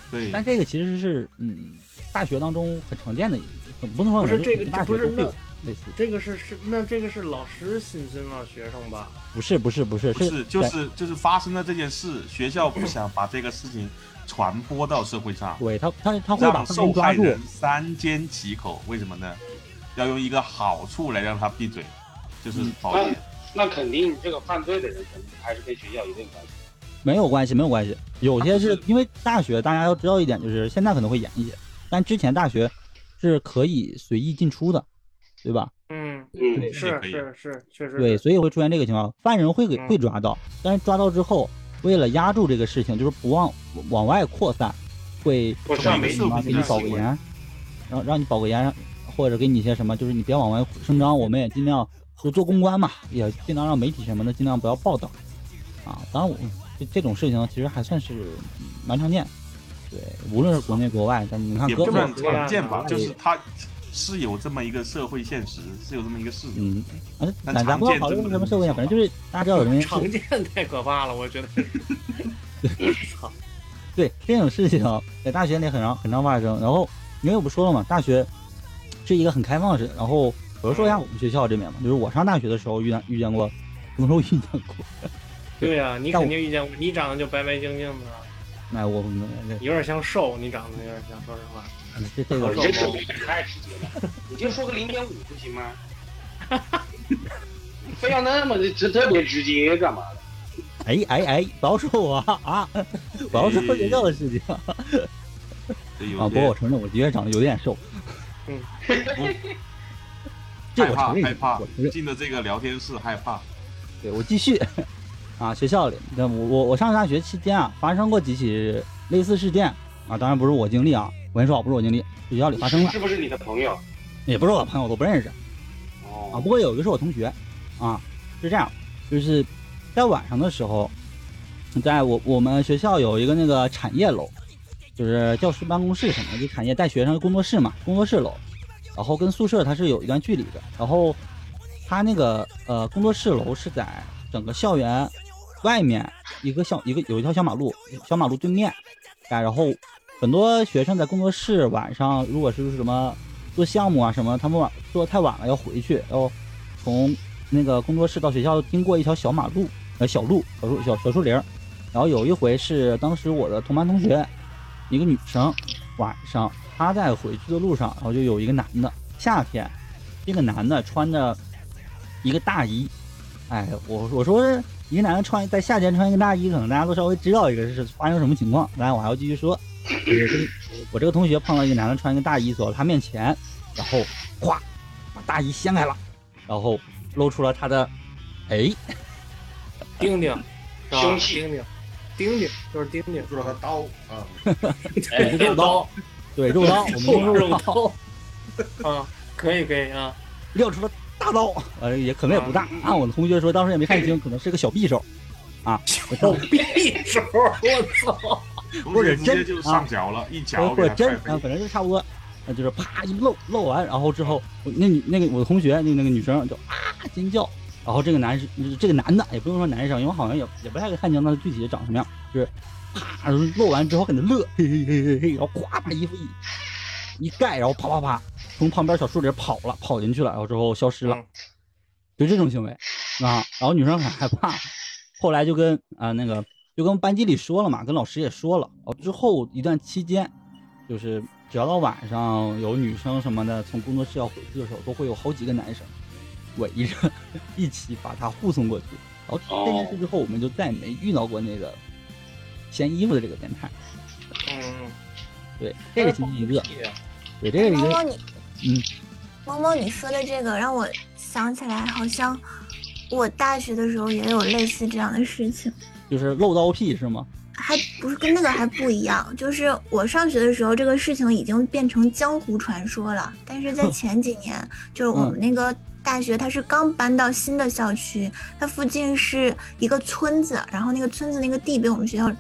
对，
但这个其实是嗯，大学当中很常见的一，很不能说
不是
很
这个
大
不
学
是
都会有
那
类似，
这个是是那这个是老师性侵了学生吧？
不是不是不是
不是，就
在
是就是发生了这件事，学校不想把这个事情传播到社会上，
对他他他会把
让
他
受
们抓
害
住，
人三缄其口。为什么呢？要用一个好处来让他闭嘴，就是保
那
嗯
研。
那肯定，这个犯罪的人肯定还是跟学校有点关系。
没有关系没有关系，有些是
啊
他不
因为大学大家要知道一点，就是现在可能会严一些，但之前大学是可以随意进出的，对吧？
嗯，
嗯，
是
可以
是是，确实
对，
是。
所以会出现这个情况，犯人会给
嗯
会抓到，但是抓到之后，为了压住这个事情，就是不往往外扩散，会
不是
让
没
你
事
妈
不
给
是
你
这
保
样
研，然后让你保个研，或者给你一些什么，就是你别往外声张，我们也尽量就做公关嘛，也尽量让媒体什么的尽量不要报道啊。当然我这这种事情其实还算是嗯蛮常见，对，无论是国内国外，但你看
也
胳
不
膊
算
这么啊
常见
多
吧，
呀
就是它是有这么一个社会现实，是有这么一个事情。
嗯，啊，
但
咱咱
常
不要
见
考虑
真的
什么
是
社会
少
上，反正就是大家知道有人是
常见太可怕了，我觉得。 操，
对这种事情在大学里很常很常发生。然后因为我不说了嘛，大学是一个很开放的事。然后我就说一下我们学校这边嘛，就是我上大学的时候遇见遇见过，什么时候遇见过？
对呀、你
但我
肯定遇见过，你长得就白白净净的，啊
哎，我们
有点像瘦，你长得有点像，说实话。
这这这
你
个
这准备太直接了，你就说个零点五不行吗？你非要那么直特别直接干嘛？
哎哎哎，不要说我啊啊，不要说学校的事情啊。
这有
不过
点
我承认，我的确长得有点瘦。
嗯，
这
害
我
怕
承认，
害怕
我承认。
进了这个聊天室害怕，
对我继续啊，学校里，那我我我上大学期间啊，发生过几起类似事件啊，当然不是我经历啊，我先说啊，不是我经历，学校里发生了，
是不是你的朋友？
也不是我朋友，我都不认识啊，
哦
不，过有一个是我同学啊，是这样，就是在晚上的时候，在我我们学校有一个那个产业楼，就是教师办公室什么的，就产业带学生的工作室嘛，工作室楼，然后跟宿舍它是有一段距离的，然后它那个呃工作室楼是在整个校园外面一个小一个有一条小马路，小马路对面，啊，然后很多学生在工作室晚上如果是什么做项目啊什么，他们晚做得太晚了要回去，要从那个工作室到学校经过一条小马路，呃小路小树小小树林儿，然后有一回是当时我的同班同学，一个女生，晚上她在回去的路上，然后就有一个男的，夏天，这个男的穿着一个大衣，哎，我我说一个男的穿在夏天穿一个大衣，可能大家都稍微知道一个是发生什么情况。当然我还要继续说，就是这个我这个同学碰到一个男的穿一个大衣走到他面前，然后哗把大衣掀开了，然后露出了他的哎。
丁丁，是吧
凶器
丁丁，丁丁就是丁丁，
就是他刀啊，
哎肉刀，
对，肉刀，我们用
肉
肉刀
刀，啊，可以可以啊，
亮出了大刀，呃，也可能也不大。按我的同学说，当时也没看清，可能是个小匕首，啊，
手匕 首，我操！
同
或者
学直
真
接就
啊
上脚了，一脚
或者
给他
针
踹，
啊，
飞
反。正就差不多，呃，就是啪一露露完，然后之后我那女那个我的同学那个那个女生就啊尖叫，然后这个男生这个男的也不用说男生，因为我好像也也不太看清他具体长什么样，就是啪露完之后跟那乐，嘿嘿嘿嘿嘿，然后咵把衣服一一盖，然后啪啪啪从旁边小树林跑了，跑进去了，然后之后消失了。
嗯
就这种行为啊，然后女生很害怕，后来就跟啊、那个就跟班级里说了嘛，跟老师也说了。哦，之后一段期间，就是只要到晚上有女生什么的从工作室要回去的时候，都会有好几个男生围着 一起把她护送过去。然后这件事之后，我们就再也没遇到过那个掀衣服的这个变态。
嗯，
对，这个仅仅一个，
屁
嗯
呀
对这个一
猫猫
个，
你，
嗯，
猫猫你说的这个让我想起来，好像我大学的时候也有类似这样的事情。
就是露刀癖是吗？
还不是跟那个还不一样，就是我上学的时候，这个事情已经变成江湖传说了。但是在前几年，就是我们那个大学，它是刚搬到新的校区，它附近是一个村子，然后那个村子那个地被我们学校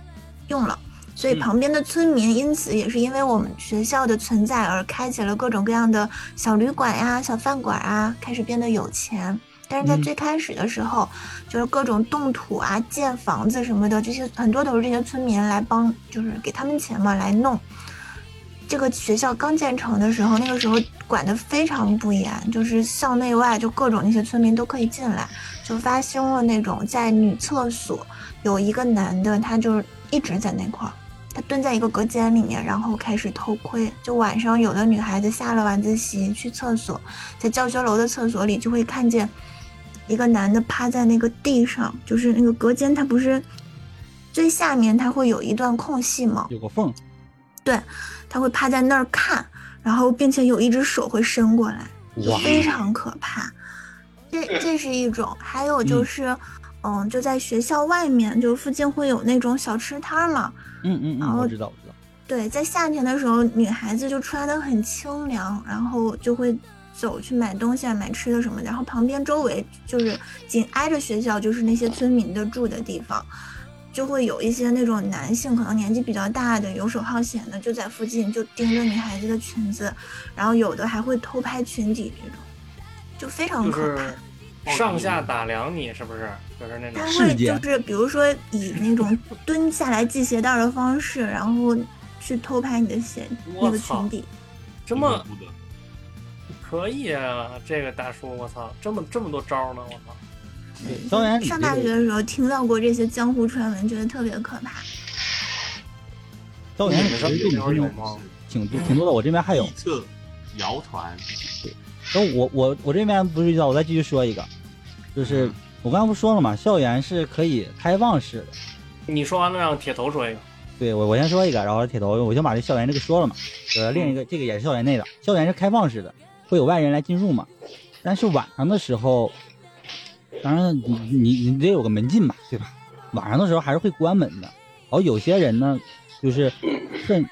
用了，所以
嗯
旁边的村民因此也是因为我们学校的存在而开启了各种各样的小旅馆呀、小饭馆啊，开始变得有钱。但是在
嗯
最开始的时候，就是各种动土啊、建房子什么的，这些很多都是这些村民来帮，就是给他们钱嘛来弄。这个学校刚建成的时候，那个时候管得非常不严，就是校内外就各种那些村民都可以进来，就发生了那种在女厕所有一个男的，他就是一直在那块儿，他蹲在一个隔间里面，然后开始偷窥。就晚上有的女孩子下了晚自习去厕所，在教学楼的厕所里就会看见一个男的趴在那个地上，就是那个隔间，它不是最下面它会有一段空隙吗？
有个缝儿，
他会趴在那儿看，然后并且有一只手会伸过来，
哇，
非常可怕。这这是一种，还有就是，嗯就在学校外面，就是附近会有那种小吃摊儿嘛，
嗯嗯
然
嗯，
后
我知道我知道，
对，在夏天的时候，女孩子就穿的很清凉，然后就会走去买东西啊、买吃的什么的。然后旁边周围就是紧挨着学校，就是那些村民的住的地方，就会有一些那种男性，可能年纪比较大的、游手好闲的，就在附近就盯着女孩子的裙子，然后有的还会偷拍裙底这种，就非常
就
可怕。
是上下打量你，是不是？就是那种
他
事
会
件
就是比如说以那种蹲下来系鞋带儿的方式，然后去偷拍你的鞋
我
那个
操
裙底。
这么
挺恐怖的
可以啊！这个大叔，我操，这么这么多招呢，我操！
对，当然你
上
这
大
个
学的时候听到过这些江湖传闻，觉得特别可怕。
校园
你
里
们上
其实
学
对
那会儿
女
有
生
吗？
挺多挺多的，我这边还有
臆。测谣传，
然后我我我这边不是遇到，我再继续说一个，就是我刚才不说了嘛，校园是可以开放式的。
你说完了，让铁头说一个。
对我我先说一个，然后铁头我先把这校园这个说了嘛，呃，另一个这个也是校园内的，校园是开放式的，会有外人来进入嘛，但是晚上的时候，当然你你你得有个门禁吧，对吧？晚上的时候还是会关门的，然后有些人呢，就是趁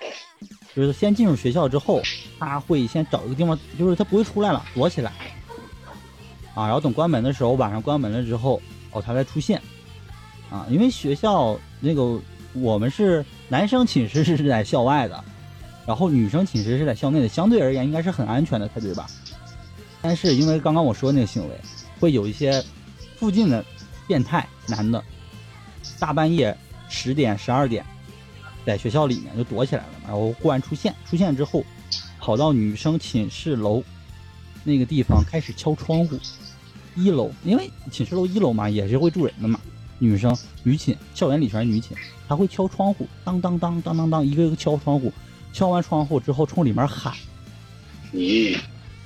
就是先进入学校之后，他会先找一个地方，就是他不会出来了，躲起来，啊，然后等关门的时候，晚上关门了之后，哦，他才出现，啊，因为学校那个我们是男生寝室是在校外的，然后女生寝室是在校内的，相对而言应该是很安全的才对吧？但是因为刚刚我说那个行为，会有一些附近的变态男的，大半夜十点十二点，在学校里面就躲起来了嘛，然后忽然出现，出现之后跑到女生寝室楼那个地方开始敲窗户，一楼，因为寝室楼一楼嘛也是会住人的嘛，女生女寝校园里全是女寝。他会敲窗户，当当当当当当，一个一个敲窗户，敲完窗户之后冲里面喊，
咦，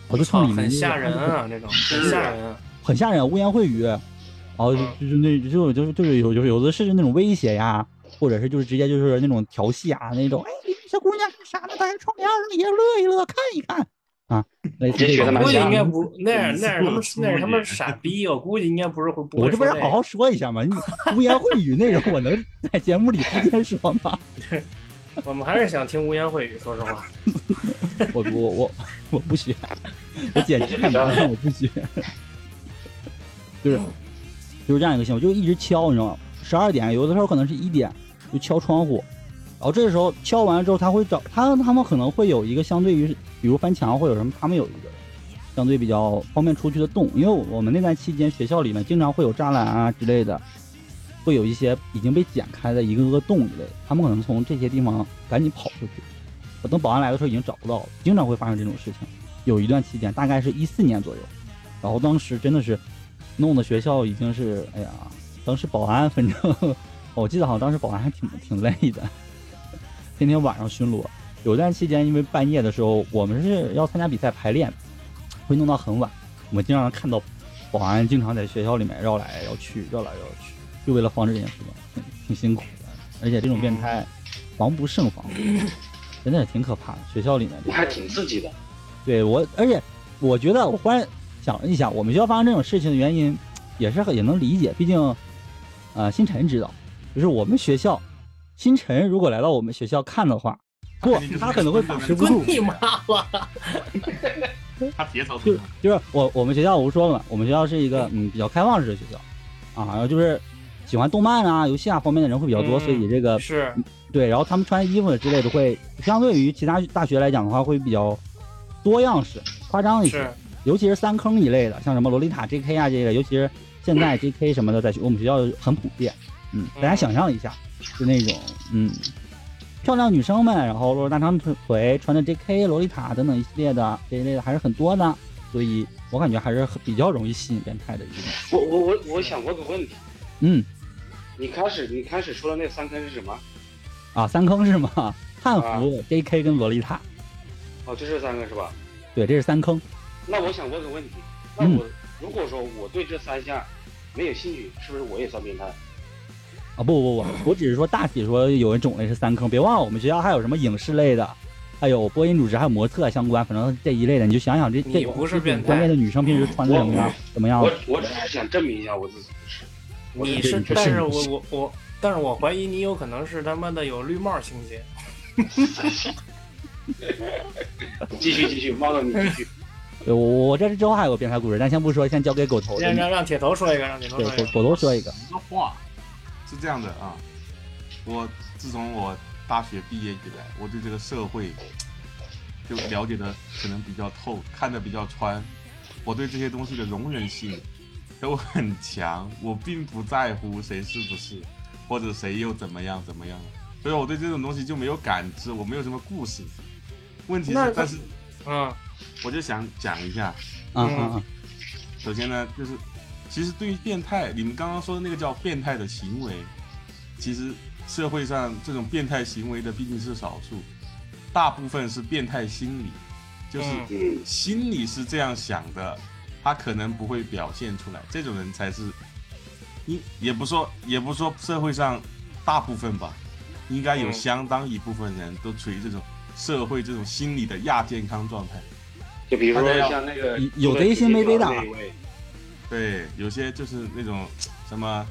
我就
操
冲里面、
很吓人，啊，这种很吓人啊。
很吓人，污言秽语，然后
嗯
就就是那就就是就是有有有的是那种威胁呀，或者是就是直接就是那种调戏啊那种，哎，小姑娘干啥呢？打开窗帘让爷乐一乐，看一看啊，类似
这
这
学得
种
蛮。
估计
像
应该不那样那样他妈
粗
那样他妈
野
傻逼，我估计应该不是会不会
我这不是
说
好好说一下吗？你污言秽语那种，我能在节目里直接说吗？
这个我们还是想听污言秽语，说实话。
我我我我不学，我姐姐太麻烦，我不学。 就是就是这样一个行为，就一直敲，你知道吗？十二点，有的时候可能是一点，就敲窗户。然后这时候敲完之后，他会找他他们可能会有一个相对于，比如翻墙或者什么，他们有一个相对比较方便出去的洞，因为我们那段期间学校里面经常会有栅栏啊之类的，会有一些已经被剪开的一个个洞之类的，他们可能从这些地方赶紧跑出去。我等保安来的时候已经找不到了，经常会发生这种事情。有一段期间，大概是一四年左右，然后当时真的是弄得学校已经是，哎呀，当时保安反正我记得好像当时保安还挺挺累的，天天晚上巡逻。有段期间，因为半夜的时候，我们是要参加比赛排练，会弄到很晚。我们经常看到保安经常在学校里面绕来绕去，绕来绕去，就为了防止这件事情，挺挺辛苦的。而且这种变态防不胜防，真的是挺可怕的。学校里面这种
还挺刺激的。
对我，而且我觉得我忽然想了一想，我们学校发生这种事情的原因，也是很也能理解，毕竟，呃，星辰知道，就是我们学校，星辰如果来到我们学校看的话，不
肯定就，是
他可能会把持不
滚
住，
你妈了！
他铁头
就是就是我我们学校我不说了嘛，我们学校是一个嗯比较开放式的学校，啊，然后就是喜欢动漫啊、游戏啊方面的人会比较多，
嗯
所以这个
是
对，然后他们穿衣服之类的会相对于其他大学来讲的话会比较多样式、夸张一些。
是，
尤其是三坑一类的，像什么洛丽塔 JK 啊，这个，尤其是现在 JK 什么的，在学我们学校很普遍。嗯，大家想象一下，就那种嗯，漂亮女生们，然后露着大长腿，穿着 JK、洛丽塔等等一系列的这一类的还是很多的，所以我感觉还是很比较容易吸引变态的一种。
我我我我想过个问题，
嗯，
你开始你开始说的那三坑是什么？
啊，三坑是吗？汉
啊
服、JK 跟洛丽塔，
哦，就这三个是吧？
对，这是三坑。
那我想问个问题，那
嗯
我、如果说我对这三项没有兴趣，是不是我也算变态？
啊不不不，我只是说大体说有一种类是三坑，别忘了我们学校还有什么影视类的，还有播音主持，还有模特啊相关，反正这一类的，你就想想这这
你不是变态
关键的女生平时穿的怎么样怎么样
我我只是想证明一下我自己不是。
你
觉得
是
你，是
但是我我我，但是我怀疑你有可能是他妈的有绿帽情节。
继续继续，猫总你继 续。
对我我这之后还有个变态故事，但先不说，先交给狗头。
让让让铁头说一个，让铁头
对
说一
狗
个。
狗头说一个，
一个话，是这样的啊，我自从我大学毕业以来，我对这个社会就了解的可能比较透，看的比较穿，我对这些东西的容忍性都很强，我并不在乎谁是不是，或者谁又怎么样怎么样，所以我对这种东西就没有感知，我没有什么故事。问题
那
是，但是
嗯，
我就想讲一下，
啊啊啊！
首先呢，就是其实对于变态，你们刚刚说的那个叫变态的行为，其实社会上这种变态行为的毕竟是少数，大部分是变态心理，就是
嗯
嗯，
心里是这样想的，他可能不会表现出来，这种人才是，应也不说也不说社会上大部分吧，应该有
嗯
相当一部分人都处于这种社会这种心理的亚健康状态。
就比如
大
说
家要
像那个
有有贼心没贼胆
啊
那一位，
对，有些就是那种什么，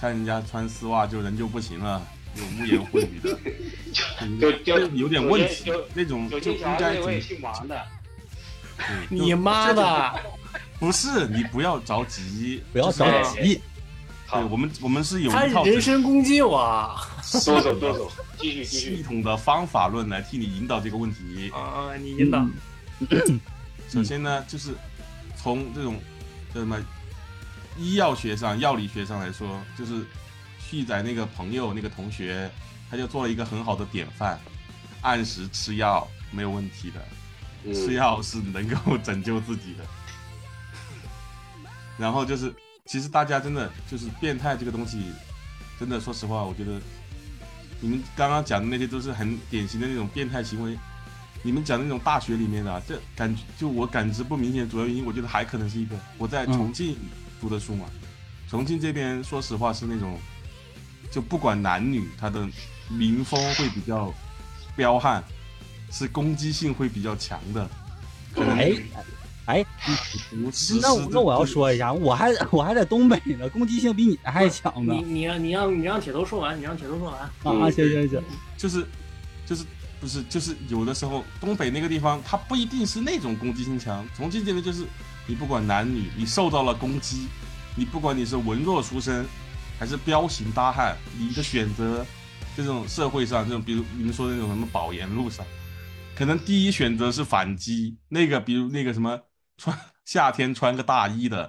看人家穿丝袜就人就不行了，有污言秽语的，
就
就
就
有点问题
有有，
那种
九
嗯就
七
应
侠
该哎
那
怎
位
么
姓 王的，
对就
你妈的！
不是你不要着急，
不要着急，
对我们我们是有
他
一套
人身攻击我啊！
多走多走，继续继
系
续。
统的方法论来替你引导这个问题。
啊，你引导，
首先呢，就是从这种叫什么医药学上、药理学上来说，就是旭仔那个朋友、那个同学，他就做了一个很好的典范，按时吃药没有问题的，吃
嗯，
药 是啊能够 拯救自己的。然后就是，其实大家真的就是变态这个东西，真的说实话，我觉得你们刚刚讲的那些都是很典型的那种变态行为。你们讲的那种大学里面的、啊，这感觉就我感知不明显，主要原因我觉得还可能是一个我在
嗯
重庆读的书嘛，重庆这边说实话是那种，就不管男女，他的民风会比较彪悍，是攻击性会比较强的，可能
哎哎，
不是
那我那我要说一下，我还我还在东北呢，攻击性比你还强呢
你你让你让你让铁头说完，你让铁头说完。
啊！啊行行行，
就是就是不是就是有的时候东北那个地方，它不一定是那种攻击性强。重庆这边就是你不管男女，你受到了攻击，你不管你是文弱书生还是彪形大汉，你的选择这种社会上这种，比如你们说的那种什么保研路上，可能第一选择是反击，那个比如那个什么穿 夏天穿个大衣的。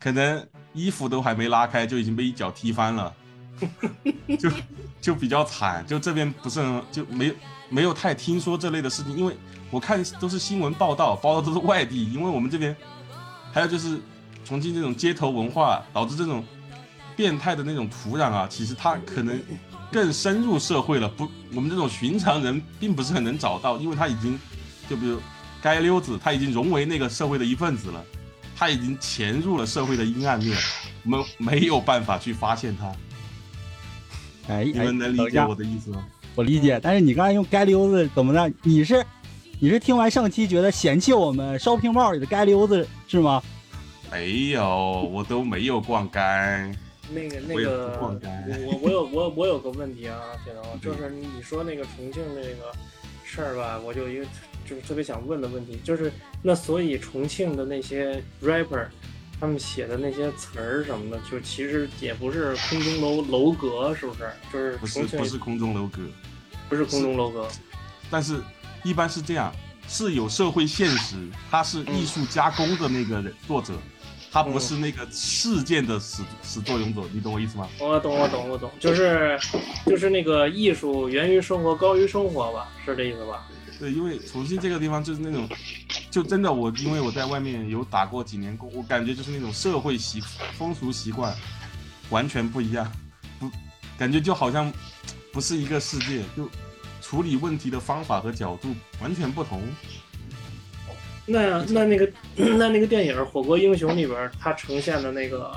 可能衣服都还没拉开，就已经被一脚踢翻了，就就比较惨，就这边不是很就没没有太听说这类的事情，因为我看都是新闻报道，报道都是外地，因为我们这边还有就是重庆这种街头文化导致这种变态的那种土壤啊，其实它可能更深入社会了，不，我们这种寻常人并不是很能找到，因为他已经就比如街溜子，他已经融为那个社会的一份子了，他已经潜入了社会的阴暗面，我们没有办法去发现他。
哎
你
哎
们能，
等
理
一
解
下
我，的意思吗？
我理解。但是你刚才用街溜子怎么的？你是你是听完上期觉得嫌弃我们烧瓶帽里的街溜子是吗？
没有，哎我都没有逛街。
那个那
我也
个
不嗯逛街，
我我有我我有个问题啊，铁头，就是你说那个重庆那个事儿吧，我就有一个就是特别想问的问题，就是那所以重庆的那些 rapper，他们写的那些词儿什么的，就其实也不是空中楼楼阁，是不是？就是
不是
重庆
不是空中楼阁，
不是空中楼阁，
但是一般是这样，是有社会现实，他是艺术加工的那个人作者，他不是那个事件的始始作俑者，你懂我意思吗？
哦我懂我懂我懂，就是就是那个艺术源于生活高于生活吧，是这意思吧？
对，因为重庆这个地方就是那种，就真的我因为我在外面有打过几年工，我感觉就是那种社会习风俗习惯完全不一样，不感觉就好像不是一个世界，就处理问题的方法和角度完全不同。
那那那个 那那个电影《火锅英雄》里边儿，它呈现的那个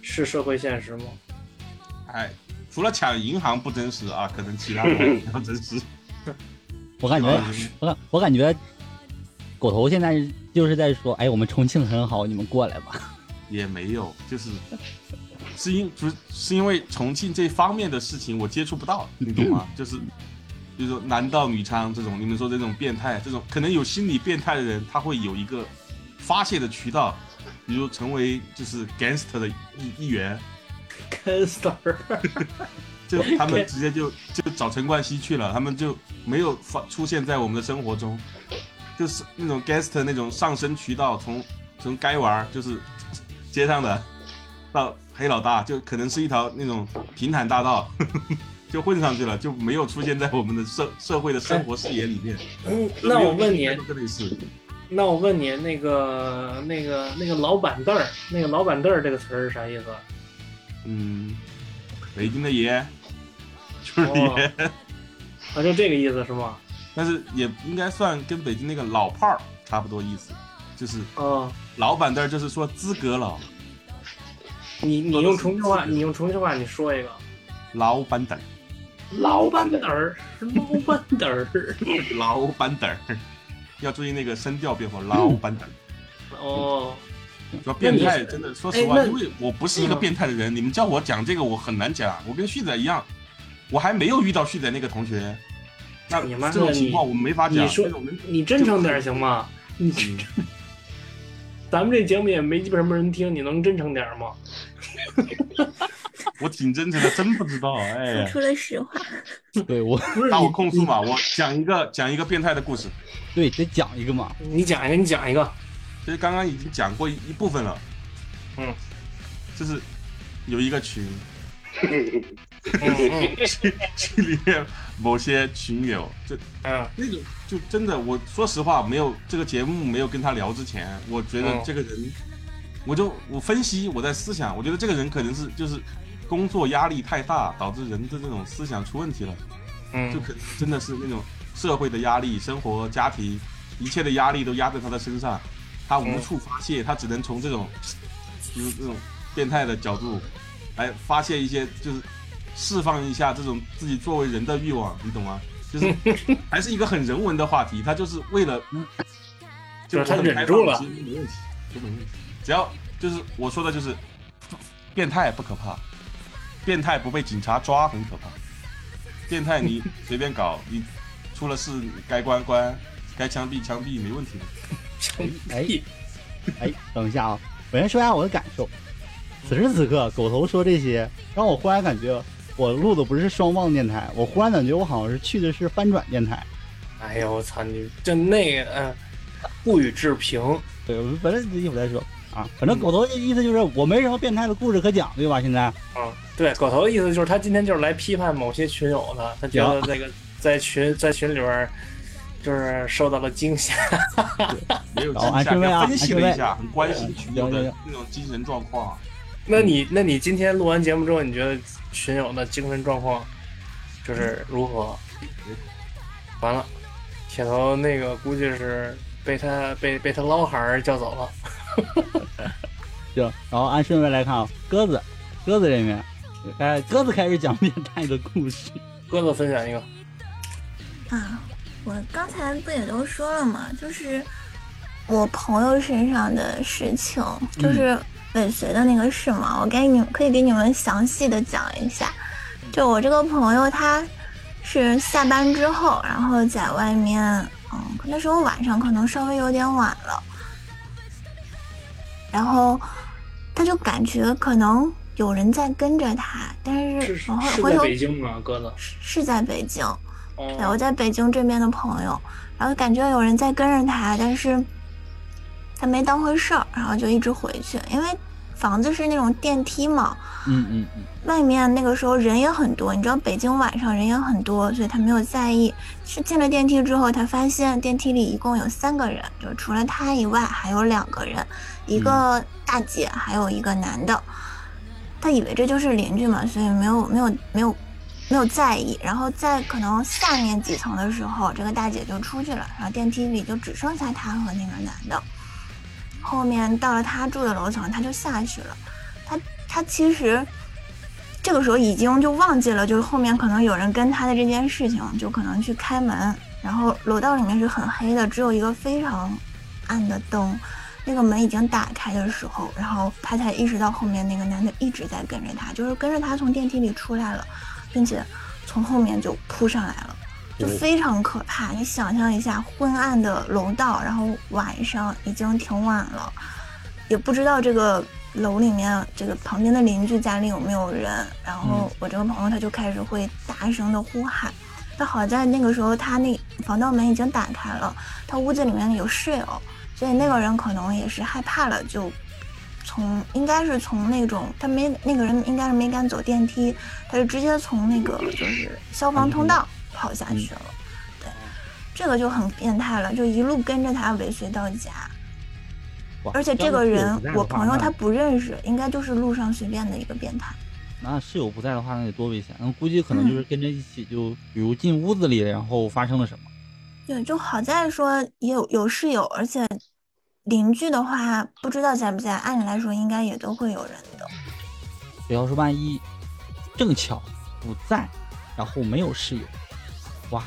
是社会现实吗？
哎，除了抢银行不真实啊，可能其他的 还比较真实。
我感觉我感我感觉狗头现在就是在说，哎，我们重庆很好，你们过来吧。
也没有，就是是因不是是因为重庆这方面的事情我接触不到，你懂吗？就是就是说男盗女娼这种，你们说这种变态，这种可能有心理变态的人，他会有一个发泄的渠道，比如成为就是 gangster 的一一员，
干死儿，
就他们直接就就找陈冠希去了，他们就没有发出现在我们的生活中，就是那种 gangster 那种上升渠道从，从该玩儿就是街上的到黑老大，就可能是一条那种平坦大道。 就混上去了，就没有出现在我们的社社会的生活视野里面。
嗯，那我问你，
这里是
那我问你，那个那个那个老板凳儿，那个老板凳儿这个词儿是啥意思啊？
嗯，北京的爷，就是爷，
哦啊，就这个意思是吗？
但是也应该算跟北京那个老炮儿差不多意思，就是
啊，
老板凳儿，就是说资格老
你你用重庆话，你用重庆话你说一个，
老板 凳儿，
老板凳
凳儿，老板凳儿，
老板凳儿，要注意那个声调变化，老板凳儿。
哦，
说变态
那你
真的，说实话，
哎那嗯
因为我不是一个变态的人，你们叫我讲这个我很难讲。我跟旭仔一样，我还没有遇到旭仔那个同学，那
哎你妈的
这种情况我没法讲。
你说
这种人
你真诚点儿行吗？你
嗯
咱们这节目也没基本什么人听，你能真诚点儿吗？
我挺真诚的，真不知道。
说
哎，
出了实话。
对我
不是
那
你
我控诉吧，我讲一个讲一个变态的故事，
对得讲一个嘛，
你讲一个，你讲一个，
就是刚刚已经讲过一一部分了。
嗯，
就是有一个群，
嗯嗯
群里面某些群友就
嗯，
那种就真的，我说实话，没有这个节目没有跟他聊之前，我觉得
嗯
这个人，我就我分析我在思想，我觉得这个人可能是就是工作压力太大，导致人的这种思想出问题了，
嗯
就可能真的是那种社会的压力、生活、家庭一切的压力都压在他的身上，他无
嗯
处发泄，他只能从这种就是这种变态的角度来发泄一些，就是释放一下这种自己作为人的欲望，你懂吗？就是 还是一个很人文的话题，他就是为了，
就是他
我很
忍
开放
住了
其实没问题，都没问题。只要就是我说的就是，变态不可怕，变态不被警察抓很可怕，变态你随便搞，你出了事该关关，该枪毙枪毙没问题的。
哎，哎，等一下啊，我先说一下我的感受。此时此刻，狗头说这些，让我忽然感觉我录的不是双棒电台，我忽然感觉我好像是去的是翻转电台。
哎呦我操你这那个嗯、不予置评，
对，我反正一会儿再说啊。反正狗头的意思就是我没什么变态的故事可讲，对吧？现在
嗯，对，狗头的意思就是他今天就是来批判某些群友的，他觉
嗯
得这个在群在群里边儿就是受到了惊吓。
没有
好
惊
安
吓，
全位啊
要分析
安全
了
位呃
一下，很关心群友
行行
的
行
那种精神状况。啊
那你那你今天录完节目之后，你觉得群友的精神状况就是如何？完了，铁头那个估计是被他被被他捞孩儿叫走了。
行，然后按顺位来看啊，鸽子，鸽子这边，哎，鸽子开始讲变态的故事。
鸽子分享一个，
啊，我刚才不也都说了吗？就是我朋友身上的事情，就是
嗯
尾随的那个事嘛，我给你可以给你们详细的讲一下。就我这个朋友，他是下班之后，然后在外面，嗯，那时候晚上可能稍微有点晚了，然后他就感觉可能有人在跟着他，但
是
是
是
我后
是
哦回
在
头
北京吗？鸽子，
是是在北京，对，我
哦，
在北京这边的朋友，然后感觉有人在跟着他，但是他没当回事儿，然后就一直回去，因为房子是那种电梯嘛，
嗯嗯嗯，
外面那个时候人也很多，你知道北京晚上人也很多，所以他没有在意。是进了电梯之后，他发现电梯里一共有三个人，就除了他以外还有两个人，一个大姐，还有一个男的。他以为这就是邻居嘛，所以没有没有没有没有在意。然后在可能下面几层的时候，这个大姐就出去了，然后电梯里就只剩下他和那个男的。后面到了他住的楼层，他就下去了。他他其实这个时候已经就忘记了，就是后面可能有人跟他的这件事情，就可能去开门。然后楼道里面是很黑的，只有一个非常暗的灯。那个门已经打开的时候，然后他才意识到后面那个男的一直在跟着他，就是跟着他从电梯里出来了，并且从后面就扑上来了。就非常可怕。你想象一下，昏暗的楼道，然后晚上已经挺晚了，也不知道这个楼里面这个旁边的邻居家里有没有人。然后我这个朋友他就开始会大声的呼喊。但好在那个时候他那防盗门已经打开了，他屋子里面有室友，所以那个人可能也是害怕了，就从应该是从那种他没那个人应该是没敢走电梯，他是直接从那个就是消防通道跑下去了。对，这个就很变态了，就一路跟着他尾随到家。
哇
而且这个
要
人
是室友不在的
我
话
朋友
那
他不认识，应该就是路上随便的一个变态。
那室友不在的话，那得多危险！那估计可能
嗯
就是跟着一起，就比如进屋子里，然后发生了什么。
对，就好在说也有有室友，而且邻居的话不知道在不在，按理来说应该也都会有人的。
只要是万一正巧不在，然后没有室友，哇，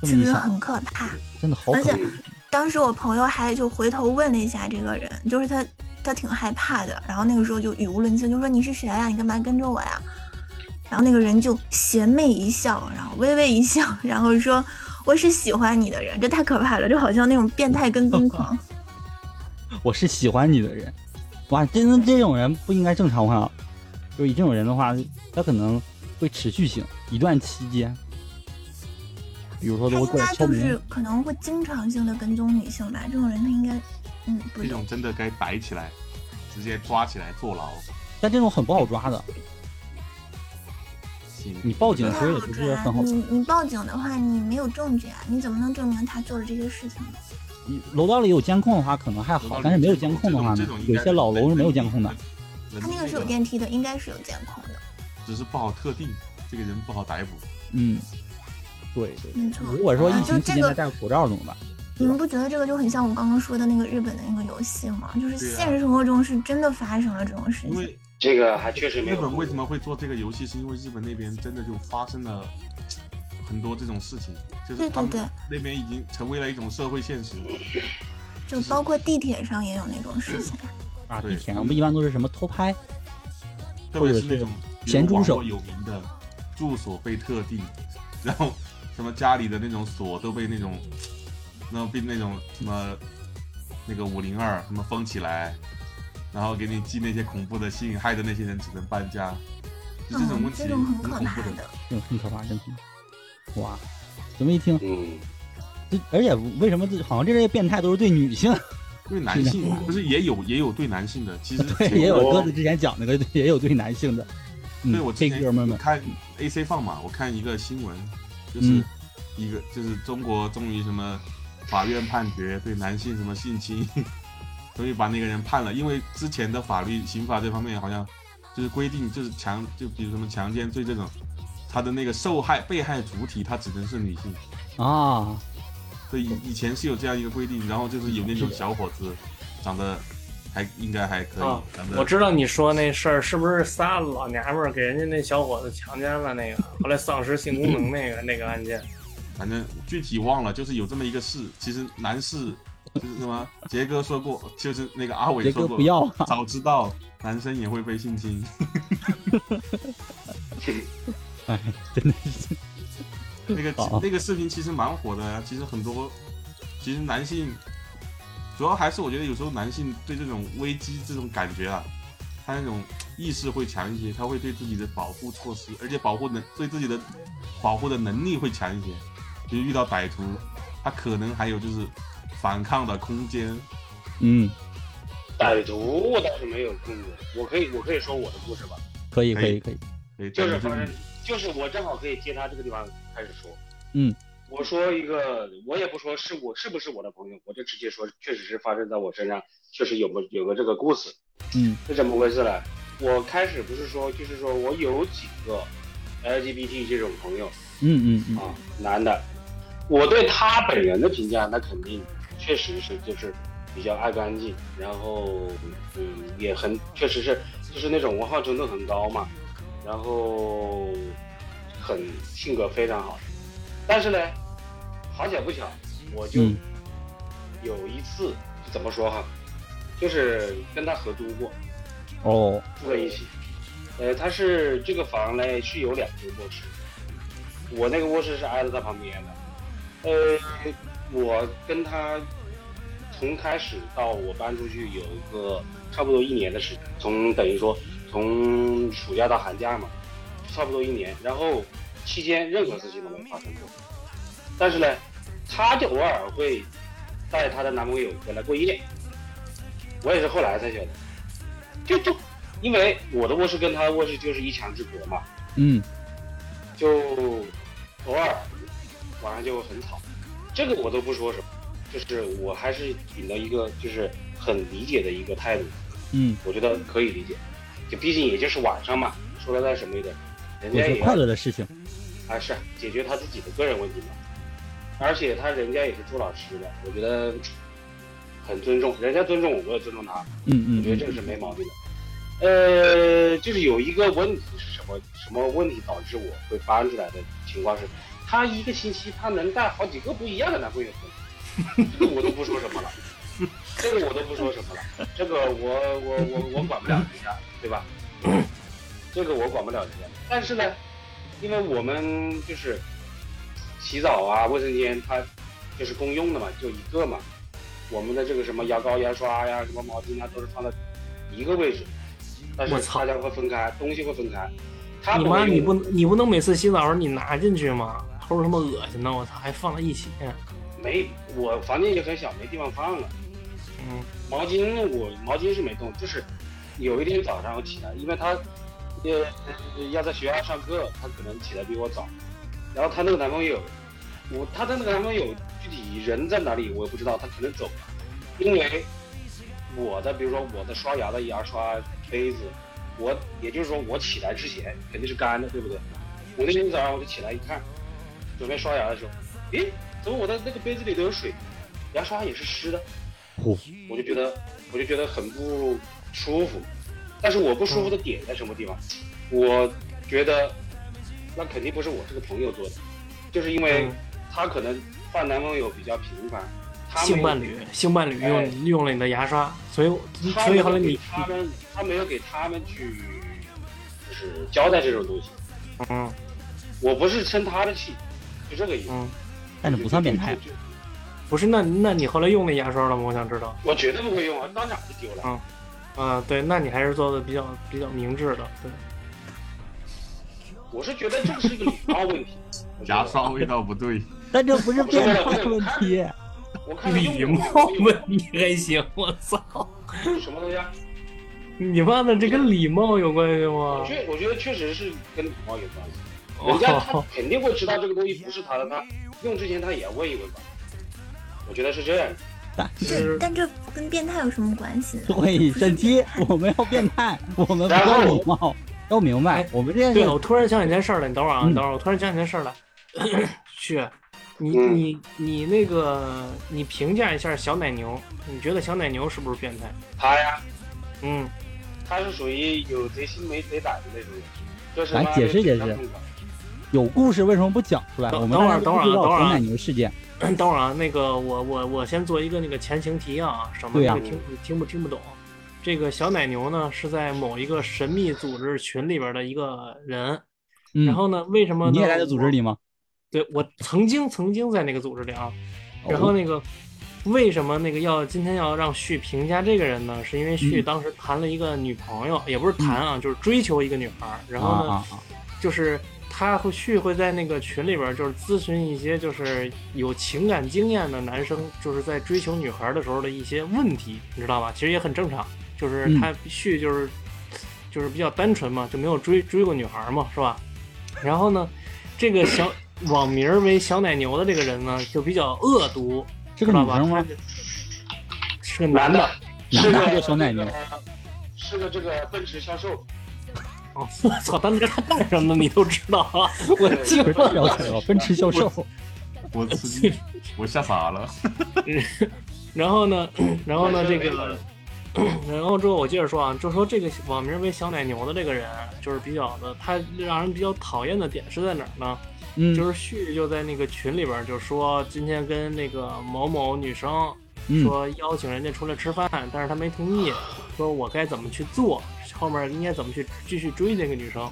这
是不
么一
是
想，
很可怕？
真的好
而
可
且
怕。
当时我朋友还就回头问了一下这个人，就是他，他挺害怕的。然后那个时候就语无伦次，就说你是谁呀、你干嘛跟着我呀？然后那个人就邪魅一笑，然后微微一笑，然后说我是喜欢你的人，这太可怕了，就好像那种变态 跟踪狂。
我是喜欢你的人，哇，真的这种人不应该正常化。啊就是以这种人的话，他可能会持续性一段期间，比如说
他
都会
应
过来
该
敲
就
门。
是可能会经常性的跟踪女性吧，这种人他应该，嗯，不
这
懂。
种真的该逮起来，直接抓起来坐牢。
但这种很不好抓的，
行
你报警
不
的
太
时候也
好
不是
抓
很好抓。
你你报警的话，你没有证据啊，你怎么能证明他做了这些事情呢？
你楼道里有监控的话可能还
楼道
好
里，
但是没有
这种
监控的话
这
呢
种，应该
有一些老楼是没有监控的。。
人
他那个是有
吧
电梯的，应该是有监控的，
只是不好特定，这个人不好逮捕。
嗯，对对。
没错。
如果说
啊
疫
就
情期
这
间
个
再戴口罩怎么办？
你们不觉得这个就很像我刚刚说的那个日本的那个游戏吗？就是
对啊
现实生活中是真的发生了这种事
因
情。
为
这个还确实没
日
有。
本为什么会做这个游戏，是因为日本那边真的就发生了很多这种事情，就是
对对
他们
对，
那边已经成为了一种社会现实。
就包括地铁上也有那种事情。
啊，
对
地铁上不一般都是什么偷拍？
特别是那种
咸猪手
比如网络有名的住所被特定，然后什么家里的那种锁都被那种，然后被那种什么那个五零二什么封起来，然后给你寄那些恐怖的信，害得那些人只能搬家，就这种
嗯
问，
这
题很
种很可
恐怖
怕
的。
的。
这种很可怕，真恐怖。哇，怎么一听，
嗯，
这而且为什么这好像这些变态都是对女性？
对男性不是也有也有对男性 的，其实
对，
挺
也有
哦
多
鸽子之前讲那个，也有对男性的。嗯
对我之
这
前
哥们儿们，
看 AC 放嘛，我看一个新闻，就是
嗯
一个、就是中国终于什么法院判决对男性什么性侵， 终于把那个人判了，因为之前的法律刑法这方面好像就是规定就是强就比如什么强奸罪这种，他的那个受害被害主体他只能是女性，
啊，
所以以前是有这样一个规定，然后就是有那种小伙子长得还应该还可以，
啊
长得
我知道你说那事儿是不是仨老娘们儿给人家那小伙子强奸了 那个，后来丧失性功能那个那个案件？
反正具体忘了，就是有这么一个事。其实男士就是什么，杰哥说过，就是那个阿伟
杰
说
哥
过，
不要啊！
早知道男生也会被 性侵。
哎，真的是
那个
好
那个视频其实蛮火的啊，其实很多，其实男性，主要还是我觉得有时候男性对这种危机这种感觉啊，他那种意识会强一些，他会对自己的保护措施，而且保护能对自己的保护的能力会强一些，就是遇到歹徒，他可能还有就是反抗的空间。
嗯，
歹徒我倒是没有控制，我可以我可以说我的故事吧，
可以，
可
可
以
哎
以，可以。
对，
就
但
是
这
反
个
正就是我正好可以接他这个地方开始说。
嗯，
我说一个，我也不说是我是不是我的朋友，我就直接说，确实是发生在我身上，确实有过有个这个故事。
嗯
是怎么回事呢？我开始不是说，就是说我有几个 LGBT 这种朋友
嗯嗯嗯，
啊，男的，我对他本人的评价，那肯定确实是就是比较爱干净，然后嗯也很确实是就是那种文化程度很高嘛，然后很性格非常好，但是呢，好巧不巧，我就
嗯
有一次、怎么说哈，就是跟他合租过。
哦，
住在一起。呃，他是这个房呢是有两间卧室，我那个卧室是挨着他旁边的，呃，我跟他从开始到我搬出去有一个差不多一年的时间，从等于说从暑假到寒假嘛，差不多一年，然后期间任何事情都没发生过，但是呢，她就偶尔会带她的男朋友回来过夜，我也是后来才晓得，就就因为我的卧室跟她的卧室就是一墙之隔嘛，
嗯，
就偶尔晚上就很吵，这个我都不说什么，就是我还是秉着一个就是很理解的一个态度，
嗯，
我觉得可以理解，就毕竟也就是晚上嘛，说实在什么一点，人
我
家
是
也要
快乐的事情，
啊，是解决他自己的个人问题嘛。而且他人家也是做老师的，我觉得很尊重，人家尊重我，我也尊重他，
嗯
我觉得
嗯
这个是没毛病的。呃，就是有一个问题是什么？什么问题导致我会搬出来的情况是，她一个星期她能带好几个不一样的男朋友回来，这个我都不说什么了，这个我都不说什么了，这个我我我我管不了人家，对吧？这个我管不了人家，但是呢，因为我们就是洗澡啊、卫生间它就是公用的嘛，就一个嘛，我们的这个什么牙膏、牙刷呀、什么毛巾啊，都是放在一个位置，但是
我操
大家会分开，东西会分开。他
你
会
妈，
用
你不你不能每次洗澡时候你拿进去吗？齁他妈恶心的，我操，还放在一起。
没，我房间也很小，没地方放了。
嗯，
毛巾我毛巾是没动，就是有一天早上我起来，因为他呃要在学校上课，他可能起来比我早。然后她那个男朋友，我她的那个男朋友具体人在哪里我也不知道，他可能走了，因为我的比如说我的刷牙的牙刷杯子，我也就是说我起来之前肯定是干的，对不对？我那天早上我就起来一看，准备刷牙的时候，咦，怎么我的那个杯子里都有水，牙刷也是湿的，
嚯
我就觉得我就觉得很不舒服。但是我不舒服的点在什么地方？我觉得那肯定不是我这个朋友做的，就是因为
嗯
她可能换男朋友比较频繁，她没有
性伴侣，性伴侣
哎
用用了你的牙刷，所以我
他
所
没
以
有
后来
给
你
他们他没有给他们去就是交代这种东西，
嗯
我不是生他的气，就这个意思。
嗯，
但是不算变 态
就，就就
不是那那你后来用那牙刷了吗？我想知道。
我绝对不会用啊，当场就丢了。
啊，对，那你还是做的比较比较明智的，对。
我是觉得这个是一个礼貌 问题。我觉得
牙刷味道不对，
但这不是变态问题，
我看着用
礼
着
貌问题还行，我操！
什么东西啊？
你妈的，这跟礼貌有关系
啊
我
吗？
确我觉得确实是跟礼貌有关系。人家 他
哦，
肯定会知道这个东西不是他的，他用之前他也问一问吧。我觉得是这样的。
这但这跟变态有什么关系呢？
对，整期我们要变态，我们不要礼貌，要明白
哎
我们这件
对了，
事
我突然想起件事儿来，你等会儿啊，
嗯
你等会儿，我突然想起件事儿来。 去，你
嗯
你你那个，你评价一下小奶牛，你觉得小奶牛是不是变态？
他呀，
嗯，
他是属于有贼心没贼胆的那种人，就是
来
妈
解
的
释解
紧张
释
重感
有故事为什么不讲出来？
等
我们
等会儿
大家都不知道
等会儿等会儿
小
啊
奶牛事件，
等会儿啊，那个我我我先做一个那个前情提要啊，省得
对呀
那个听你听不听不懂。这个小奶牛呢，是在某一个神秘组织群里边的一个人。
嗯
然，后呢，为什么呢
你也在这组织？里吗？
对，我曾经曾经在那个组织里啊。
哦
然后那个，为什么那个要今天要让旭评价这个人呢？是因为旭
嗯
当时谈了一个女朋友，也不是谈啊，就是追求一个女孩儿。然后呢，
啊啊啊，
就是他会旭会在那个群里边儿就是咨询一些就是有情感经验的男生，就是在追求女孩儿的时候的一些问题，你知道吧？其实也很正常，就是
嗯
他旭就是就是比较单纯嘛，就没有追追过女孩儿嘛，是吧？然后呢，这个小网名儿为小奶牛的这个人呢，就比较恶毒，
是个
知道
女
吧
生吗？
他？是个男
男的
的，，
是
男的
个
就小奶牛，
是个这个奔驰销售，
哦我 操！当时他干什么你都知道啊！我惊
不是
了。
小奶牛，奔驰销售，
我吃惊， 我吓傻了。
然后呢，然后呢，这
没法
个
了，
然后之后我接着说啊，就说这个网名为小奶牛的这个人，就是比较的，他让人比较讨厌的点是在哪儿呢？
嗯
就是旭就在那个群里边儿就说，今天跟那个某某女生
嗯，
说邀请人家出来吃饭，但是他没同意，说我该怎么去做，后面应该怎么去继续追这个女生。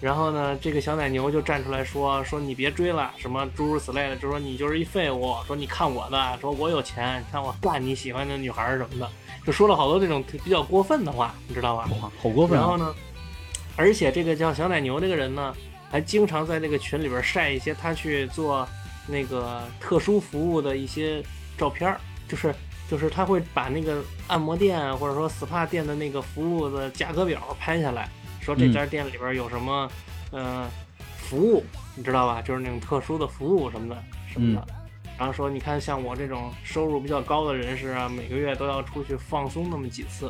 然后呢，这个小奶牛就站出来说 说你别追了，什么诸如此类的，就说你就是一废物，说你看我的，说我有钱，你看我 干你喜欢的女孩儿什么的，就说了好多这种比较过分的话，你知道吧？
哇，好过分
然后
啊！
呢，而且这个叫小奶牛这个人呢，还经常在这个群里边晒一些他去做那个特殊服务的一些照片儿，就是就是他会把那个按摩店啊或者说 SPA 店的那个服务的价格表拍下来，说这家店里边有什么呃服务，你知道吧？就是那种特殊的服务什么的什么的。
嗯
然后说，你看像我这种收入比较高的人士啊，每个月都要出去放松那么几次，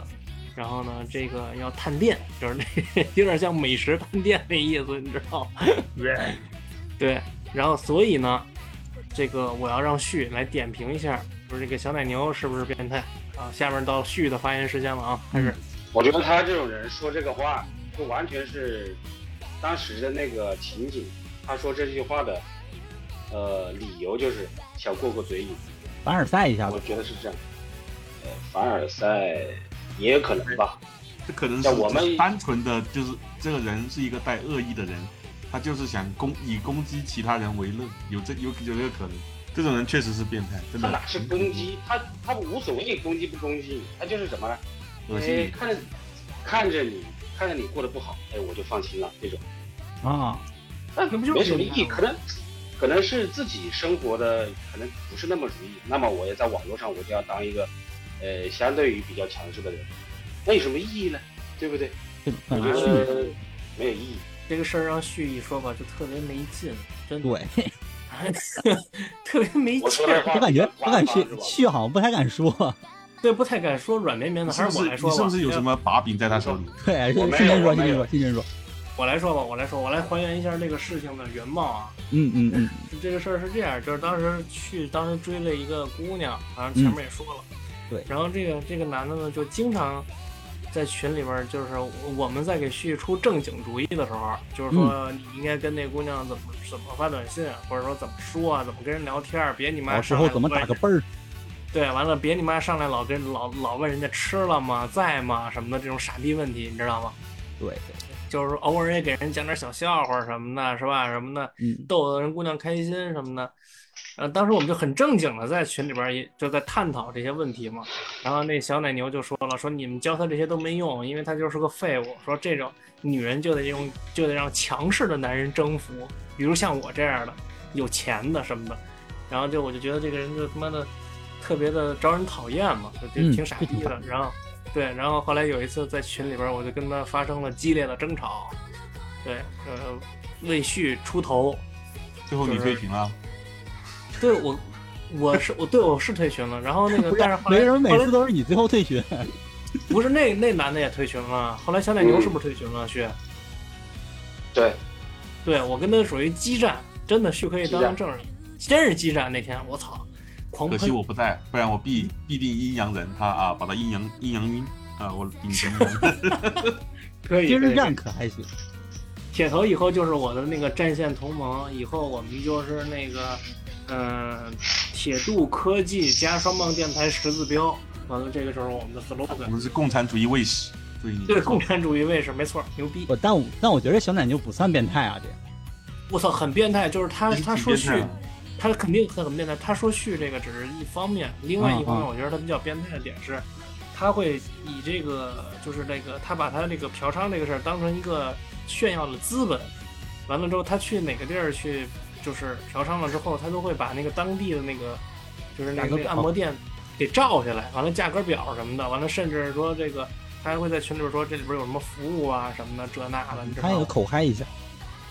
然后呢，这个要探店，就是那 有点像美食探店那意思，你知道吗？
耶，
对，然后所以呢，这个我要让旭来点评一下，说这个小奶牛是不是变态啊？下面到旭的发言时间了啊，开始。
我觉得他这种人说这个话，就完全是当时的那个情景。他说这句话的，呃，理由就是想过过嘴瘾。
凡尔赛一下
我
子，
觉得是这样。呃，凡尔赛也有可能吧。
这可能是
那我们
就是单纯的就是这个人是一个带恶意的人，他就是想攻以攻击其他人为乐，有这有有这个可能。这种人确实是变态，真
他
的。
哪是攻击？他他无所谓攻击不攻击你，他就是什么呢？
恶心
哎
你，
看着看着你看着你过得不好，哎，我就放心了这种。
啊，
那
那不就是
没什么意义？
变态吗
可能可能是自己生活的可能不是那么如意，那么我也在网络上我就要当一个呃相对于比较强势的人，那有什么意义呢？对不对？
这
我
本
觉
来是
得没有意义。
这个事儿让旭一说吧，就特别没劲，真的，
对，
特别没
我
劲
说
儿
这，话
哎我感觉
比较
我感
夸张
觉
是吧
去好像不太敢说，
对，不太敢说软绵绵
你
的，
是
还
不
我
是
来
你
说吧。
是不是有什么把柄在他手里？
对，
我没有
信真说
我
信
没
真
有
说信真说，
哎我来说吧，我来说，我来还原一下这个事情的原貌啊。
嗯嗯嗯，
是这个事儿是这样，就是当时去，当时追了一个姑娘，好像前面也说了，
嗯
对
然后这个这个男的呢，就经常在群里边儿，就是我我们在给旭出正经主意的时候，就是说
嗯
你应该跟那姑娘怎么怎么发短信啊，或者说怎么说啊，怎么跟人聊天儿，别你妈
哦
到时
上
候
来
怎么
问
打个倍儿，
对，完了别你妈上来老跟老老问人家吃了吗，在吗什么的这种傻逼问题，你知道吗？
对，
就是偶尔也给人讲点小笑话什么的，是吧？什么的，
嗯
逗得人姑娘开心什么的。呃，当时我们就很正经的在群里边儿也就在探讨这些问题嘛。然后那小奶牛就说了，说你们教他这些都没用，因为他就是个废物。说这种女人就得用，就得让强势的男人征服，比如像我这样的有钱的什么的。然后就我就觉得这个人就他妈的特别的招人讨厌嘛，就
嗯
就挺傻
是挺
逼的。然后对，然后后来有一次在群里边儿，我就跟他发生了激烈的争吵。对，呃，为旭出头，
最后你退群了，
对我，我是我对我是退群了，然后那个
不
但是后
没
来
人每
后来
次都是你最后退群，
不是那那男的也退群了，后来小奶牛是不是退群了？旭，
嗯对，
对我跟他属于激战，真的旭可以
激战
当证人，真是激战那天我操，狂
可惜
喷
我不在，不然我必必定阴阳人他啊，把他阴阳阴阳晕啊，我顶成阴阳 人
可以
今
可
日
以
战可还行，
铁头以后就是我的那个战线同盟，以后我们就是那个，呃，铁度科技加双棒电台十字标，完了这个就是我们的
我
slogan，
们是共产主义卫士，对你
对共产主义卫士没错，牛逼！
我但我但我觉得小奶牛不算变态啊，这
我操，很变态，就是他
你
他
挺
说
变态
去
的。
他肯定很很变态。他说续这个只是一方面，另外一
嗯
方面，我觉得他比较变态的点是，他会以这个就是那个他把他这个嫖娼这个事儿当成一个炫耀的资本。完了之后，他去哪个地儿去就是嫖娼了之后，他都会把那个当地的那个就是那
价格
个那
表
个按摩店给照下来，完了价格表什么的，完了甚至说这个他还会在群里边说这里边有什么服务啊什么的这那的，你知
他
道
也
吗？
口嗨一下，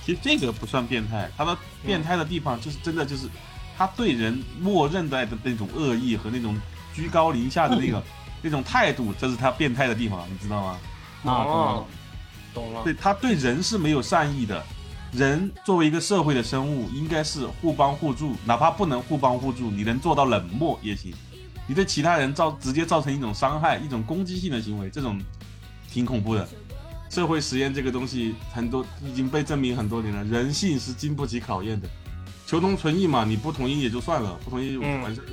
其实这个不算变态，他的变态的地方就是真的就是他对人默认的那种恶意和那种居高临下的那个那种态度，这是他变态的地方，你知道吗？
啊，懂了
哦，懂了。
对他对人是没有善意的。人作为一个社会的生物，应该是互帮互助，哪怕不能互帮互助，你能做到冷漠也行。你对其他人造直接造成一种伤害，一种攻击性的行为，这种挺恐怖的。社会实验这个东西，很多已经被证明很多年了，人性是经不起考验的。求同存异嘛，你不同意也就算了，不同意就
嗯
完事儿了。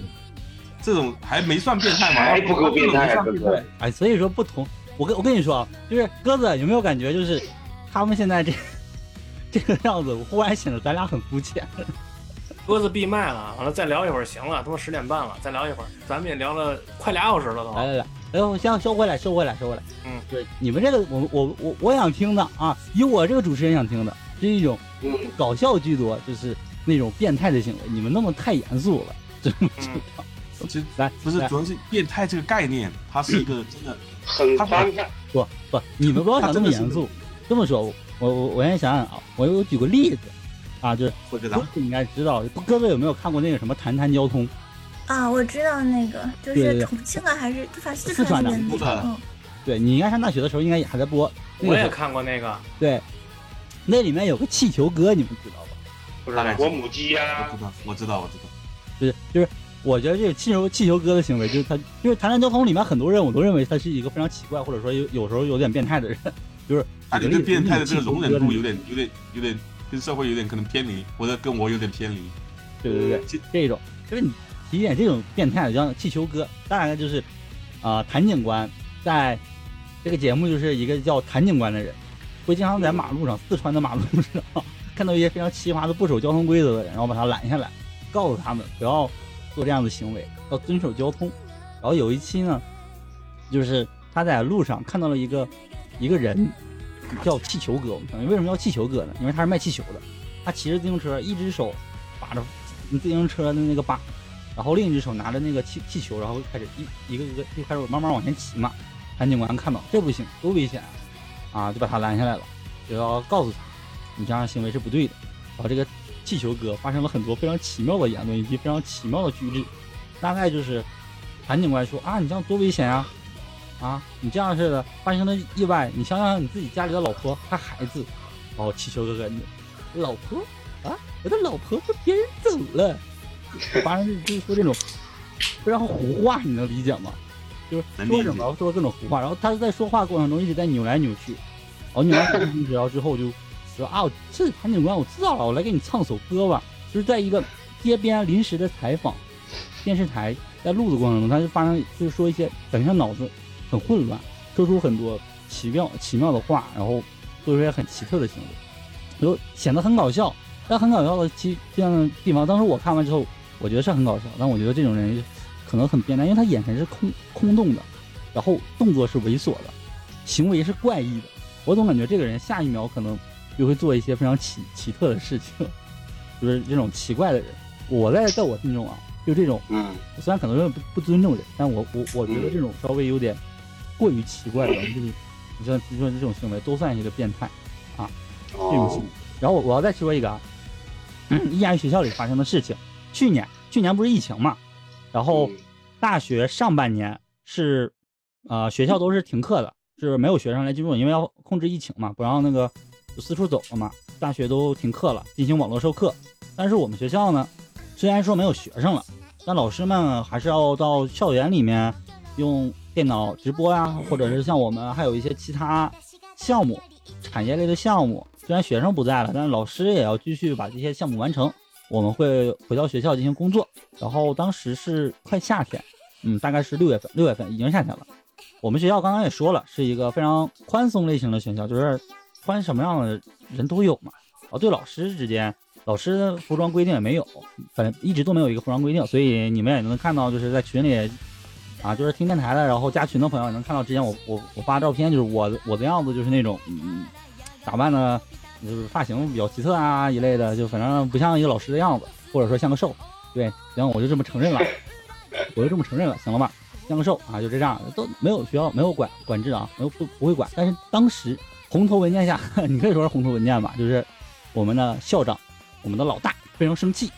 这种还没算变态吗？
还不够变态
这种
啊，哥
不算
哥。
哎，所以说不同，我跟我跟你说啊，就是鸽子有没有感觉就是他们现在这这个样子，我忽然显得咱俩很肤浅。啊
鸽子闭麦了，完了再聊一会儿，行了，他妈十点半了，再聊一会儿，咱们也聊了快俩小时了都。
来来来，哎，我先收回来，收回来，收回来。
嗯，
对，你们这个，我我我我想听的啊，以我这个主持人想听的，是一种
嗯，
搞笑居多，就是那种变态的行为。你们弄得太严肃了，真的
嗯
其实
来
不是，
来
主要是变态这个概念，它是一个真的，
很
他
翻看，
不不，你们不要想那么
他真的是
严 肃。这么说，我我我先想想啊，我我举个例子啊，就是
或者
鸽子应该知道，各位有没有看过那个什么《谈谈交通》？
啊，我知道那个，就
对对
是
对
重庆啊，还是反正四
四
川
川
那
的
边的
四川的
嗯，
对你应该上大学的时候应该也还在播，那
我
个时
也
候
看过那个，
对，那里面有个气球哥，你们知道吧？
不知道
大概
我母鸡呀、
我知道，我知道，我知道。
就是就是，我觉得这个气球气球哥的行为，就是他就是《谈谈交通》里面很多人，我都认为他是一个非常奇怪，或者说有有时候有点变态的人，就是
啊，
举
你
个例
对
子
变态的这个
气球
容
哥
忍度
那
有点、有点、有点跟社会有点可能偏离，或者跟我有点偏离。
对对对，这这种就是你提点这种变态的，像气球哥，当然就是啊、呃谭警官在这个节目就是一个叫谭警官的人，会经常在马路上，四川的马路上看到一些非常奇葩的不守交通规则的人，然后把他拦下来，告诉他们不要做这样的行为，要遵守交通。然后有一期呢，就是他在路上看到了一个一个人叫气球哥，我们想为什么叫气球哥呢？因为他是卖气球的，他骑着自行车，一只手把着自行车的那个把，然后另一只手拿着那个气气球，然后开始一一个一个就开始慢慢往前骑嘛。韩警官看到这不行，多危险啊！啊，就把他拦下来了，就要告诉他，你这样的行为是不对的。然后这个气球哥发生了很多非常奇妙的言论以及非常奇妙的举止，大概就是韩警官说啊，你这样多危险啊！啊，你这样似的发生了意外，你想想你自己家里的老婆还孩子，然后气球哥跟着老婆啊，我的老婆被别人走了，反正就是说这种非常胡话，你能理解吗？就是说什么说各种胡话，然后他在说话过程中一直在扭来扭去，然后扭来扭去，然后之后就说啊，我这是谭警官，我知道了，我来给你唱首歌吧，就是在一个街边临时的采访，电视台在录的过程中，他就发生就是说一些感觉他脑子很混乱，说出很多奇妙奇妙的话，然后做出一些很奇特的行为，然后显得很搞笑。但很搞笑的其这样的地方，当时我看完之后，我觉得是很搞笑，但我觉得这种人可能很变态，因为他眼神是空空洞的，然后动作是猥琐的，行为是怪异的。我总感觉这个人下一秒可能就会做一些非常奇奇特的事情， 就是这种奇怪的人。我在在我心中啊，就这种
嗯，
虽然可能有点不不尊重人，但我我我觉得这种稍微有点过于奇怪的，就是你像你说这种行为都算是一个变态。这种行
哦
为，然后我要再说一个啊， 依然学校里发生的事情。去年去年不是疫情嘛，然后
嗯
大学上半年是呃学校都是停课的，是没有学生来进入，因为要控制疫情嘛，不让那个四处走了嘛，大学都停课了，进行网络授课。但是我们学校呢，虽然说没有学生了，但老师们还是要到校园里面用电脑直播呀、或者是像我们还有一些其他项目，产业类的项目。虽然学生不在了，但是老师也要继续把这些项目完成。我们会回到学校进行工作。然后当时是快夏天，嗯，大概是六月份，六月份已经夏天了。我们学校刚刚也说了，是一个非常宽松类型的学校，就是穿什么样的人都有嘛。啊，对老师之间，老师的服装规定也没有，反正一直都没有一个服装规定，所以你们也能看到，就是在群里，啊，就是听电台的，然后加群的朋友也能看到，之前我我我发照片，就是我我的样子就是那种，嗯，打扮的，就是发型比较奇特啊一类的，就反正不像一个老师的样子，或者说像个兽。对，行，我就这么承认了，我就这么承认了，行了吧？像个兽啊，就这样，都没有学校没有管管制啊，没有不不会管。但是当时红头文件下， 你可以说是红头文件吧，就是我们的校长，我们的老大非常生气，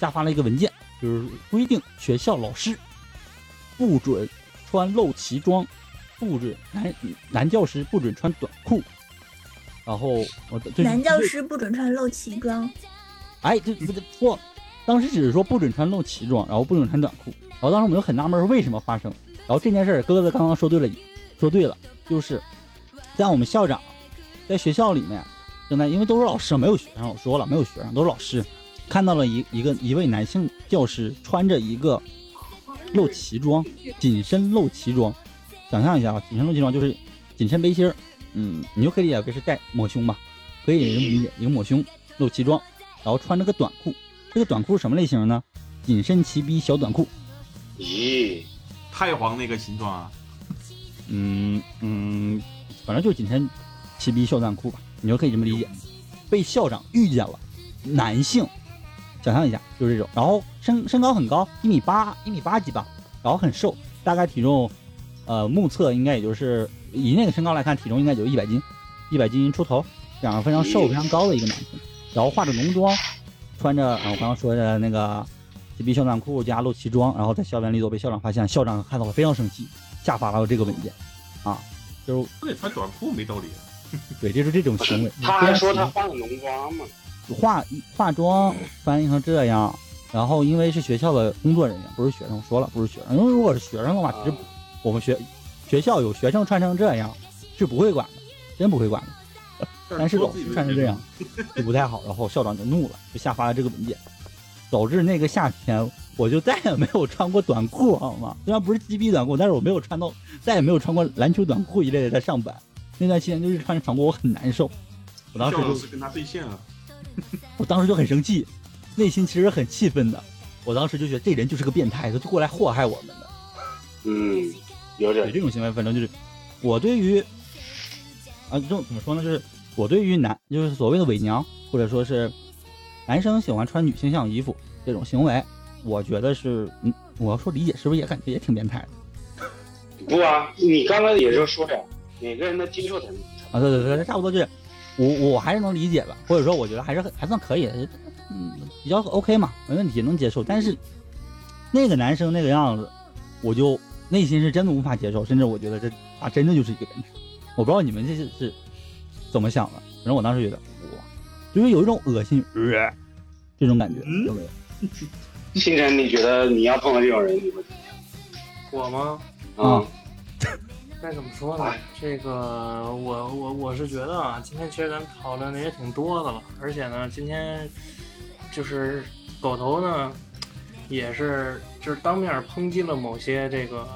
下发了一个文件，就是规定学校老师不准穿露脐装，不准男男教师不准穿短裤。然后我最
男教师不准穿露脐装，
哎，这不这错，当时只是说不准穿露脐装，然后不准穿短裤，然后当时我们就很纳闷儿为什么发生。然后这件事儿，鸽子刚刚说对了一，说对了，就是在我们校长在学校里面，正在因为都是老师，啊没有学生，我说了没有学生，都是老师，看到了一一个一位男性教师穿着一个露脐装，紧身露脐装，想象一下啊，紧身露脐装就是紧身背心儿，嗯，你就可以理解为是带抹胸吧，可以人抹人抹胸、露脐装，然后穿着个短裤。这个短裤什么类型呢？紧身齐逼小短裤。
咦，
太皇那个形状啊，
嗯嗯，反正就是紧身齐逼校短裤吧，你就可以这么理解。被校长遇见了，男性，想象一下就是这种，然后身身高很高，一米八一米八几吧，然后很瘦，大概体重，呃，目测应该也就是以那个身高来看，体重应该就一百斤，一百斤出头，长得非常瘦非常高的一个男性，然后化着浓妆，穿着啊我刚刚说的那个齐逼校短裤加露脐装，然后在校园里头被校长发现，校长看到了非常生气，下发了这个文件，啊，就是
不得穿短裤没道理啊。
对，就是这种行为。
他还说他化了浓妆嘛，
化化妆翻译成这样，然后因为是学校的工作人员，不是学生，说了不是学生，因为如果是学生的话，
啊
其实我们学学校有学生穿成这样是不会管的，真不会管的。但是老师穿成这样，就不太好，然后校长就怒了，就下发了这个文件，导致那个夏天我就再也没有穿过短裤，好吗？虽然不是 GB 短裤，但是我没有穿到，再也没有穿过篮球短裤一类的在上班。那段期间就是穿着短裤，我很难受。我当时
校
就
长是跟他对线了，
我当时就很生气，内心其实很气愤的。我当时就觉得这人就是个变态，他就过来祸害我们的。
嗯，有
对
点，
这种行为，反正就是我对于啊，这种怎么说呢？就是我对于男，就是所谓的伪娘，或者说是男生喜欢穿女性向衣服这种行为，我觉得是，嗯，我要说理解，是不是也感觉也挺变态的
不啊，你刚才也就说了，每个人的接受层面
啊？对对对，差不多就是我我还是能理解吧，或者说我觉得还是很还算可以的，嗯，比较 OK 嘛，没问题，能接受。但是那个男生那个样子，我就内心是真的无法接受，甚至我觉得这啊真的就是一个变态。我不知道你们这是是怎么想的，反正我当时觉得哇，就是有一种恶心、呃、这种感觉，有没有？
星辰，你觉得你要碰到这种人，你会怎么样？
我吗？
啊
嗯，
该怎么说呢？这个我我我是觉得啊，今天其实咱们讨论的也挺多的了，而且呢，今天就是狗头呢，也是就是当面抨击了某些这个，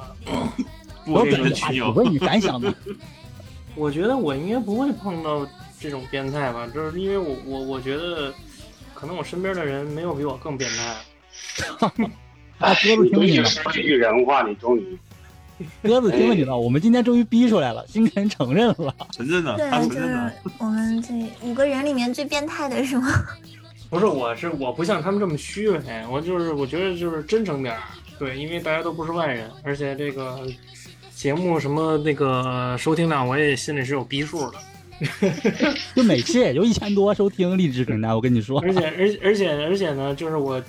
我
我
本
这
人
个
本
的群
我
友，
问你感想呢？
我觉得我应该不会碰到这种变态吧，就是因为我我我觉得可能我身边的人没有比我更变态。
啊，鸽子
你
听
终
问你
于
了，
嗯说了一句人话，你终于，
鸽子听问你了，我们今天终于逼出来了，星辰承认了。
承认了，
对
他
啊，
承
就
认
是
了。
我们这五个人里面最变态的是吗？
不是，我是我不像他们这么虚伪，我就是我觉得就是真诚点儿，对，因为大家都不是外人，而且这个节目什么那个收听量，我也心里是有逼数的，
就每期也就一千多收听励志平台，我跟你说，
而且而且而且而且呢，就是我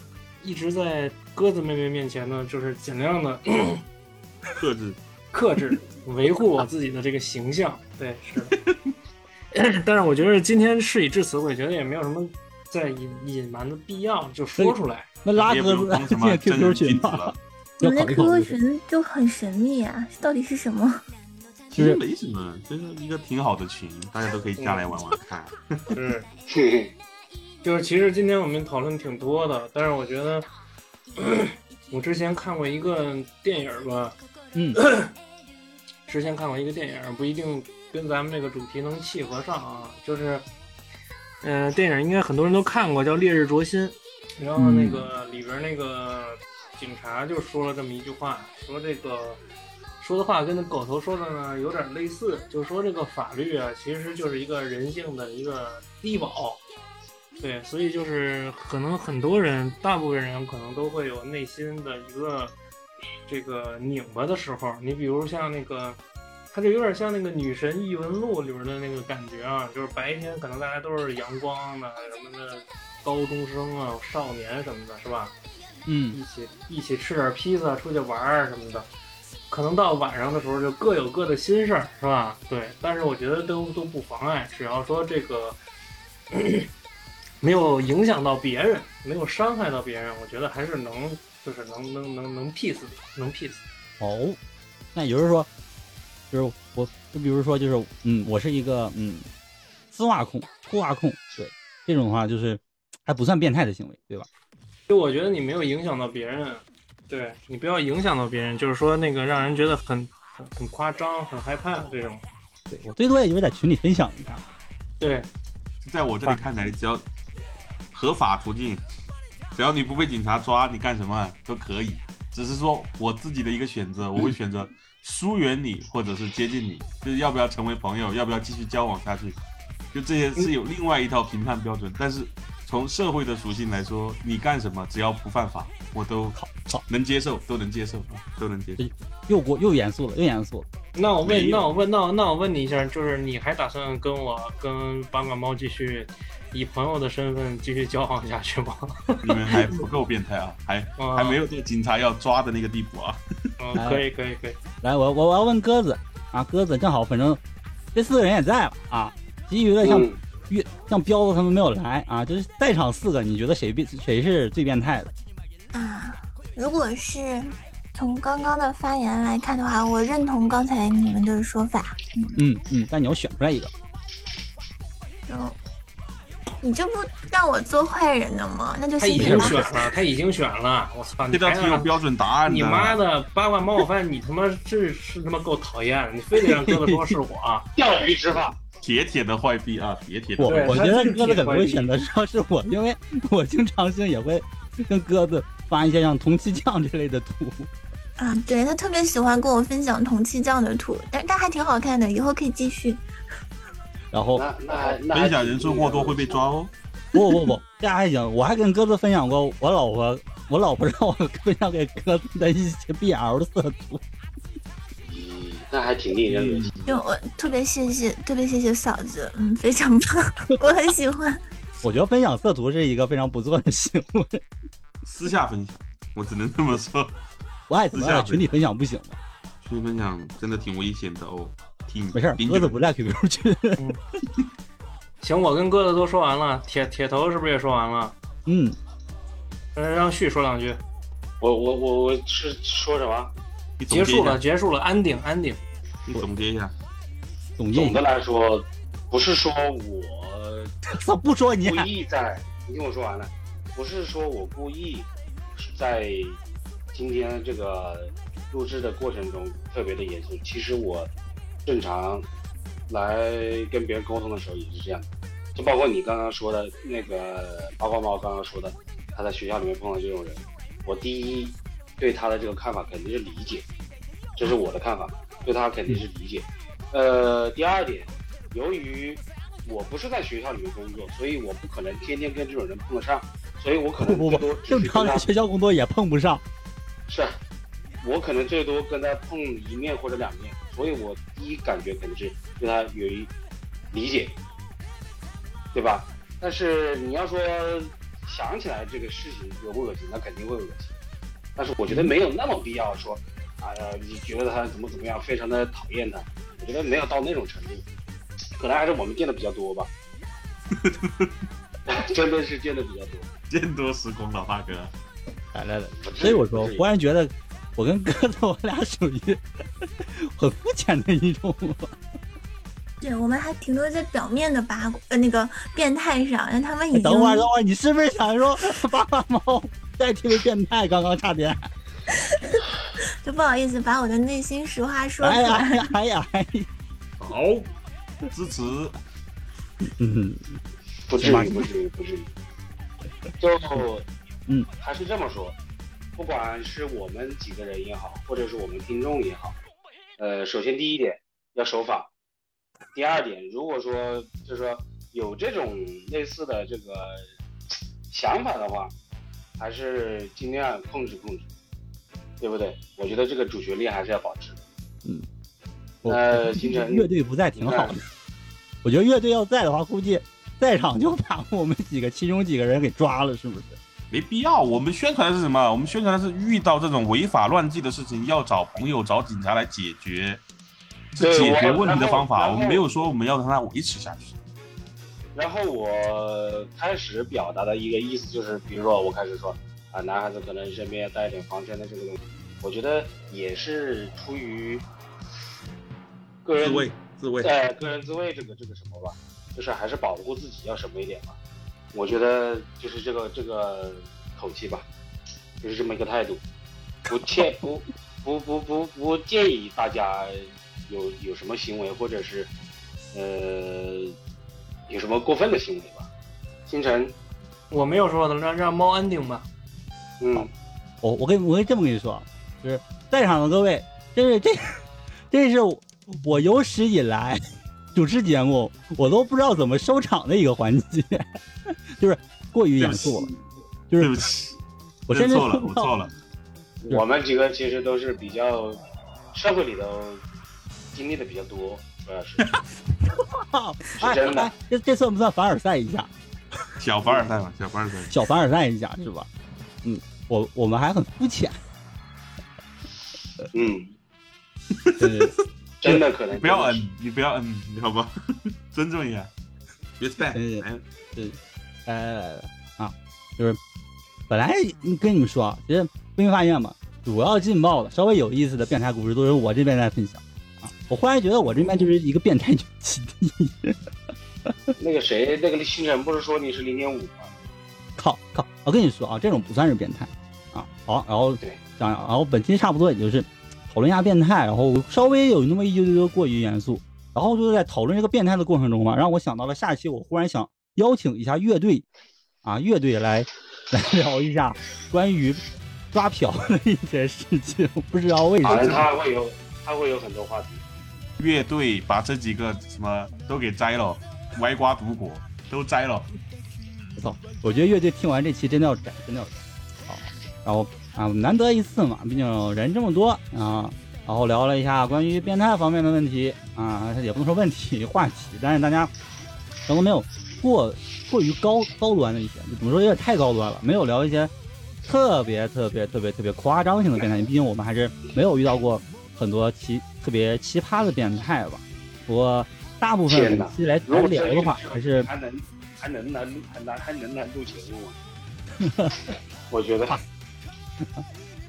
一直在鸽子妹妹面前呢，就是尽量的
克制，
克制，维护我自己的这个形象，对，是的。但是我觉得今天事已至此，我也觉得也没有什么再隐隐瞒的必要，就说出来。
那拉
你也不
鸽
用
子
当什
进
么真
QQ
人
群
君子
吧
了，，
我
要
们的
考虑考
QQ
虑。
群就很神秘啊，到底是什么？
其实没什么，就是一个挺好的群，大家都可以加来玩玩看。
嗯。
嘿嘿，
就是其实今天我们讨论挺多的，但是我觉得， 我之前看过一个电影儿吧，
嗯，
之前看过一个电影儿，不一定跟咱们这个主题能契合上啊。就是，呃，电影儿应该很多人都看过，叫《烈日灼心》，然后那个里边儿那个警察就说了这么一句话，说这个。说的话跟狗头说的呢有点类似，就是说这个法律啊，其实就是一个人性的一个低保，对，所以就是可能很多人，大部分人可能都会有内心的一个这个拧巴的时候。你比如像那个，它就有点像那个《女神异闻录》里边的那个感觉啊，就是白天可能大家都是阳光的什么的，高中生啊、少年什么的，是吧？
嗯，
一起一起吃点披萨，出去玩儿什么的。可能到晚上的时候就各有各的心事儿，是吧？对，但是我觉得都都不妨碍，只要说这个 没有影响到别人，没有伤害到别人，我觉得还是能就是能能能能 peace 能 peace。
哦，那也就是说，就是我，就比如说，就是嗯，我是一个嗯，丝袜控、裤袜控，对，这种的话就是还不算变态的行为，对吧？
就我觉得你没有影响到别人，对你不要影响到别人，就是说那个让人觉得很很很夸张、很害怕这种。
对我最多也就是在群里分享一下，
对，
在我这里看来，只要合法途径，只要你不被警察抓，你干什么都可以。只是说我自己的一个选择，我会选择疏远你，或者是接近你，就是要不要成为朋友，要不要继续交往下去，就这些是有另外一套评判标准。但是从社会的属性来说，你干什么只要不犯法，我都
好
能接受，都能接受，啊都能接受。
又过又严肃了，又严肃了。
那我
没
问，
有
那我问，那我那我问你一下，就是你还打算跟我跟八卦猫继续以朋友的身份继续交往下去 吗？
你们还不够变态啊，还
啊
还没有到警察要抓的那个地步啊。
嗯，可以，可以，可以。
来，我我我要问鸽子啊，鸽子正好，反正这四个人也在了啊，其余 的像、
嗯，
像彪子他们没有来啊，就是在场四个，你觉得谁变谁是最变态的？
啊，如果是从刚刚的发言来看的话，我认同刚才你们的说法。
嗯嗯，但你要选出来一个，
就哦你这不让我做坏人的吗？那就
他
谢
已
谢
经
吧
选。了，他已经选了。我
嗯
操，你
这道
还
题有
让
标准答案的。
你妈的八卦猫，我发现你他妈是是他妈够讨厌的，你非得让哥哥说是我啊。
钓鱼执法，
铁铁的坏币啊，铁铁的
我
坏
对
我
他
觉得
自己
鸽子可能
怀
会
疑
选择说是我，因为 我经常性也会跟鸽子发一些像同气酱这类的图。
啊，对他特别喜欢跟我分享同期酱的图，但但还挺好看的，以后可以继续。
然后
那那还
币。
那还
分享人数过多会被抓哦。
不不不，这还行，我还跟鸽子分享过我老婆，我老婆让我分享给鸽子的一些 BL 色图。
嗯那还挺令人恶心。
就我特别谢谢，特别谢谢嫂子，嗯，非常棒，我很喜欢。
我觉得分享色图是一个非常不错的行为。
私下分享，我只能这么说。
我爱怎么
私下
在
分
群里分享不行吗？
群分享真的挺危险的哦，挺
没事儿，
挺
鸽子不在 QQ 群。
行，我跟鸽子都说完了，铁铁头是不是也说完了？
嗯，
嗯，让旭说两句。
我我我我是说什么？
你总
结
结一
束了，
下，
结束了，安定，安定。
你总结一下。
总结
总
一
的
下，
来说，不是说我
操，不说你
故
还
意在，你听我说完了，不是说我故意是在今天这个录制的过程中特别的严肃，其实我正常来跟别人沟通的时候也是这样的，就包括你刚刚说的那个八卦猫刚刚说的，他在学校里面碰到这种人，我第一对他的这个看法肯定是理解，这是我的看法，对他肯定是理解。呃，第二点，由于我不是在学校里面工作，所以我不可能天天跟这种人碰得上，所以我可
不
能
不
最
不
多，只
正
是
常
跟他
人学校工作也碰不上。
是，啊我可能最多跟他碰一面或者两面，所以我第一感觉肯定是对他有一理解，对吧？但是你要说想起来这个事情恶不恶心，那肯定会恶心。但是我觉得没有那么必要说，哎呀，你觉得他怎么怎么样，非常的讨厌他，我觉得没有到那种程度，可能还是我们见的比较多吧，真的是见的比较多。
见多识广，老大哥，
来来来，
不至于
所以我说，我
不至于
忽然觉得我跟鸽子我俩属于 很肤浅的一种。
对，我们还停留在表面的八卦呃那个变态上，让他们已经
哎等会儿，等会儿，你是不是想说爸爸猫代替为变态？刚刚差点，
就不好意思把我的内心实话说出
哎呀
来。
哎呀哎呀哎呀！
好，支持。
嗯，
不至
行吧
于，不至于，不至于。就，
嗯，
还是这么说，不管是我们几个人也好，或者是我们听众也好，呃，首先第一点要守法，第二点，如果说就是说有这种类似的这个想法的话，还是尽量控制控制，对不对？我觉得这个主旋律还是要保持。
我
呃星辰
乐队不在挺好的。我觉得乐队要在的话，估计在场就把我们几个其中几个人给抓了，是不是？
没必要，我们宣传的是什么？我们宣传的是遇到这种违法乱纪的事情，要找朋友、找警察来解决，是
对
解决
我
问题的方
然
法。
后
我们没有说我们要让它维持下去。
然后我开始表达的一个意思就是，比如说我开始说啊，男孩子可能身边要带一点防身的这个东西，我觉得也是出于个人
自卫
呃个人自卫这个这个什么吧，就是还是保护自己要什么一点吧。我觉得就是这个这个口气吧，就是这么一个态度，不建不不不不不建议大家有有什么行为或者是呃有什么过分的行为吧？星辰，
我没有说的，让让猫 ending 吧。
嗯，
我我跟我跟这么跟你说，啊就是在场的各位，这是这这是我我有史以来主持节目我都不知道怎么收场的一个环节， 就是过于严肃了，就
对不
是
起，
我甚
真
至
错了，
不
我
知道
错了。
是
我们几个其实都是比较社会里头经历的比较多，主要是
哎
真的
哎，这这算不算凡尔赛一下？
小凡尔赛嘛，小凡尔赛。
小凡尔赛一下是吧？嗯，我我们还很肤浅，
嗯，
就是
真的可能
不要摁，你不要摁，你好吧？ 尊重一下。
对
respect，哎
呃啊，就是本来跟你们说啊，其实不经发现嘛，主要劲爆的、稍微有意思的变态故事都是我这边在分享啊。我忽然觉得我这边就是一个变态聚集地，
那个谁，那个星辰不是说你是零点五吗？
靠靠！我跟你说啊，这种不算是变态啊。好，然后
对
讲，然后本期差不多也就是讨论一下变态，然后稍微有那么一丢丢过于严肃，然后就是在讨论这个变态的过程中啊，让我想到了下一期我忽然想邀请一下乐队啊，乐队来来聊一下关于抓嫖的一些事情，不知道为什
反正
么。
他会有，他会有很多话题。
乐队把这几个什么都给摘了，歪瓜独果都摘了。
我操！我觉得乐队听完这期真的要窄，真的要窄。好，然后啊，难得一次嘛，毕竟人这么多啊，然后聊了一下关于变态方面的问题啊，也不能说问题话题，但是大家可能没有过过于高高端的一些，就怎么说有点太高端了，没有聊一些特别特别特别特别夸张性的变态，毕竟我们还是没有遇到过很多奇特别奇葩的变态吧。不过大部分
天哪
我们来
如
来
果
聊
真
的话，还是
还能还能难录还难还能难录节目吗？ 我觉 得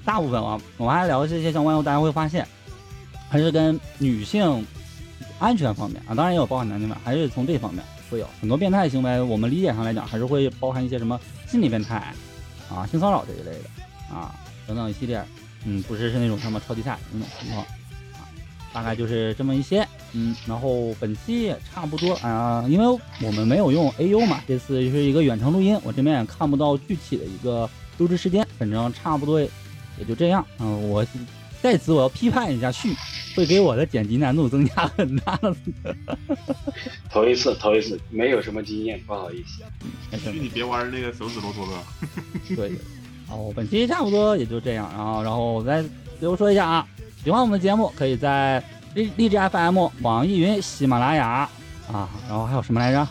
大部分啊，我们还聊这些相关，大家会发现，还是跟女性安全方面啊，当然也有包含男性吧，还是从这方面会有很多变态行为。我们理解上来讲，还是会包含一些什么心理变态啊、性骚扰这一类的啊等等一系列，嗯，不是是那种什么超级赛那种情况啊，大概就是这么一些，嗯，然后本期也差不多啊、因为我们没有用 AU 嘛，这次是一个远程录音，我这边也看不到具体的一个录制时间，反正差不多也就这样。嗯、我在此我要批判一下旭，会给我的剪辑难度增加很大的。
头一次头一次没有什么经验，不好意思。
没事
去你别玩那个手指啰嗦了。
对，然后本期差不多也就这样，然后然后我再最后说一下啊，喜欢我们的节目可以在荔荔枝 FM、网易云、喜马拉雅啊，然后还有什么来着？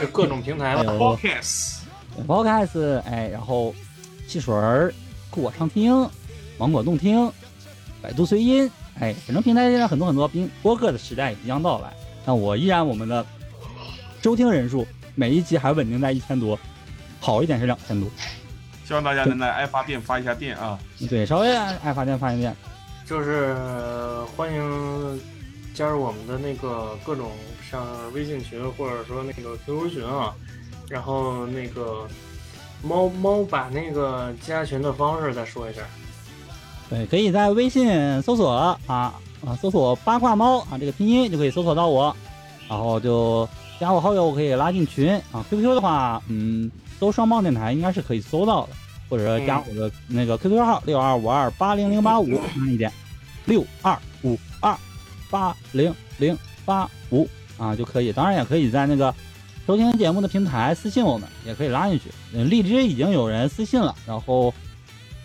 就各种平台
还
哎
哎
吧。
有
Podcast，
Podcast，哎，然后汽水儿、酷我畅听、芒果动听、百度随音，哎，反正平台现在很多很多，并播客的时代也即将到来。但我依然我们的收听人数每一集还稳定在一千多，好一点是两千多。
希望大家能来爱发电发一下电啊！
对，稍微爱爱发电发一电，
就是呃欢迎加入我们的那个各种像微信群或者说那个 QQ 群啊，然后那个猫猫把那个加群的方式再说一下，
对，可以在微信搜索啊啊，搜索八卦猫啊，这个拼音就可以搜索到我，然后就加我好友，我可以拉进群啊。QQ 的话，嗯，搜双棒电台应该是可以搜到的，或者说加我的那个 QQ 号六二五二八零零八五，慢一点，六二五二八零零八五啊就可以。当然也可以在那个收听节目的平台私信我们，也可以拉进去。嗯，荔枝已经有人私信了，然后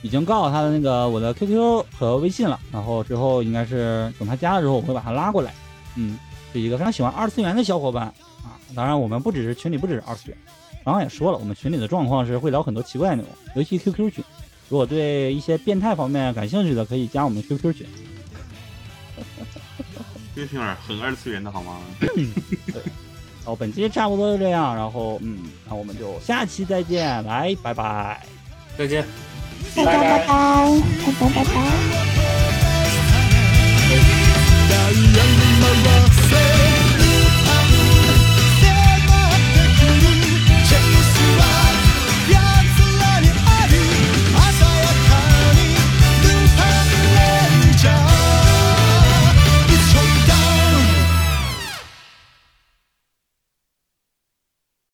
已经告诉他的那个我的 QQ 和微信了，然后之后应该是等他加了之后，我会把他拉过来。嗯，是一个非常喜欢二次元的小伙伴啊。当然，我们不只是群里不只是二次元，刚刚也说了，我们群里的状况是会聊很多奇怪的内容，尤其 QQ 群。如果对一些变态方面感兴趣的，可以加我们 QQ 群。
岳平儿很二次元的好吗？
然后本期差不多就这样，然后嗯，那我们就下期再见，来，拜拜。
再见。
拜拜。
包包包包包。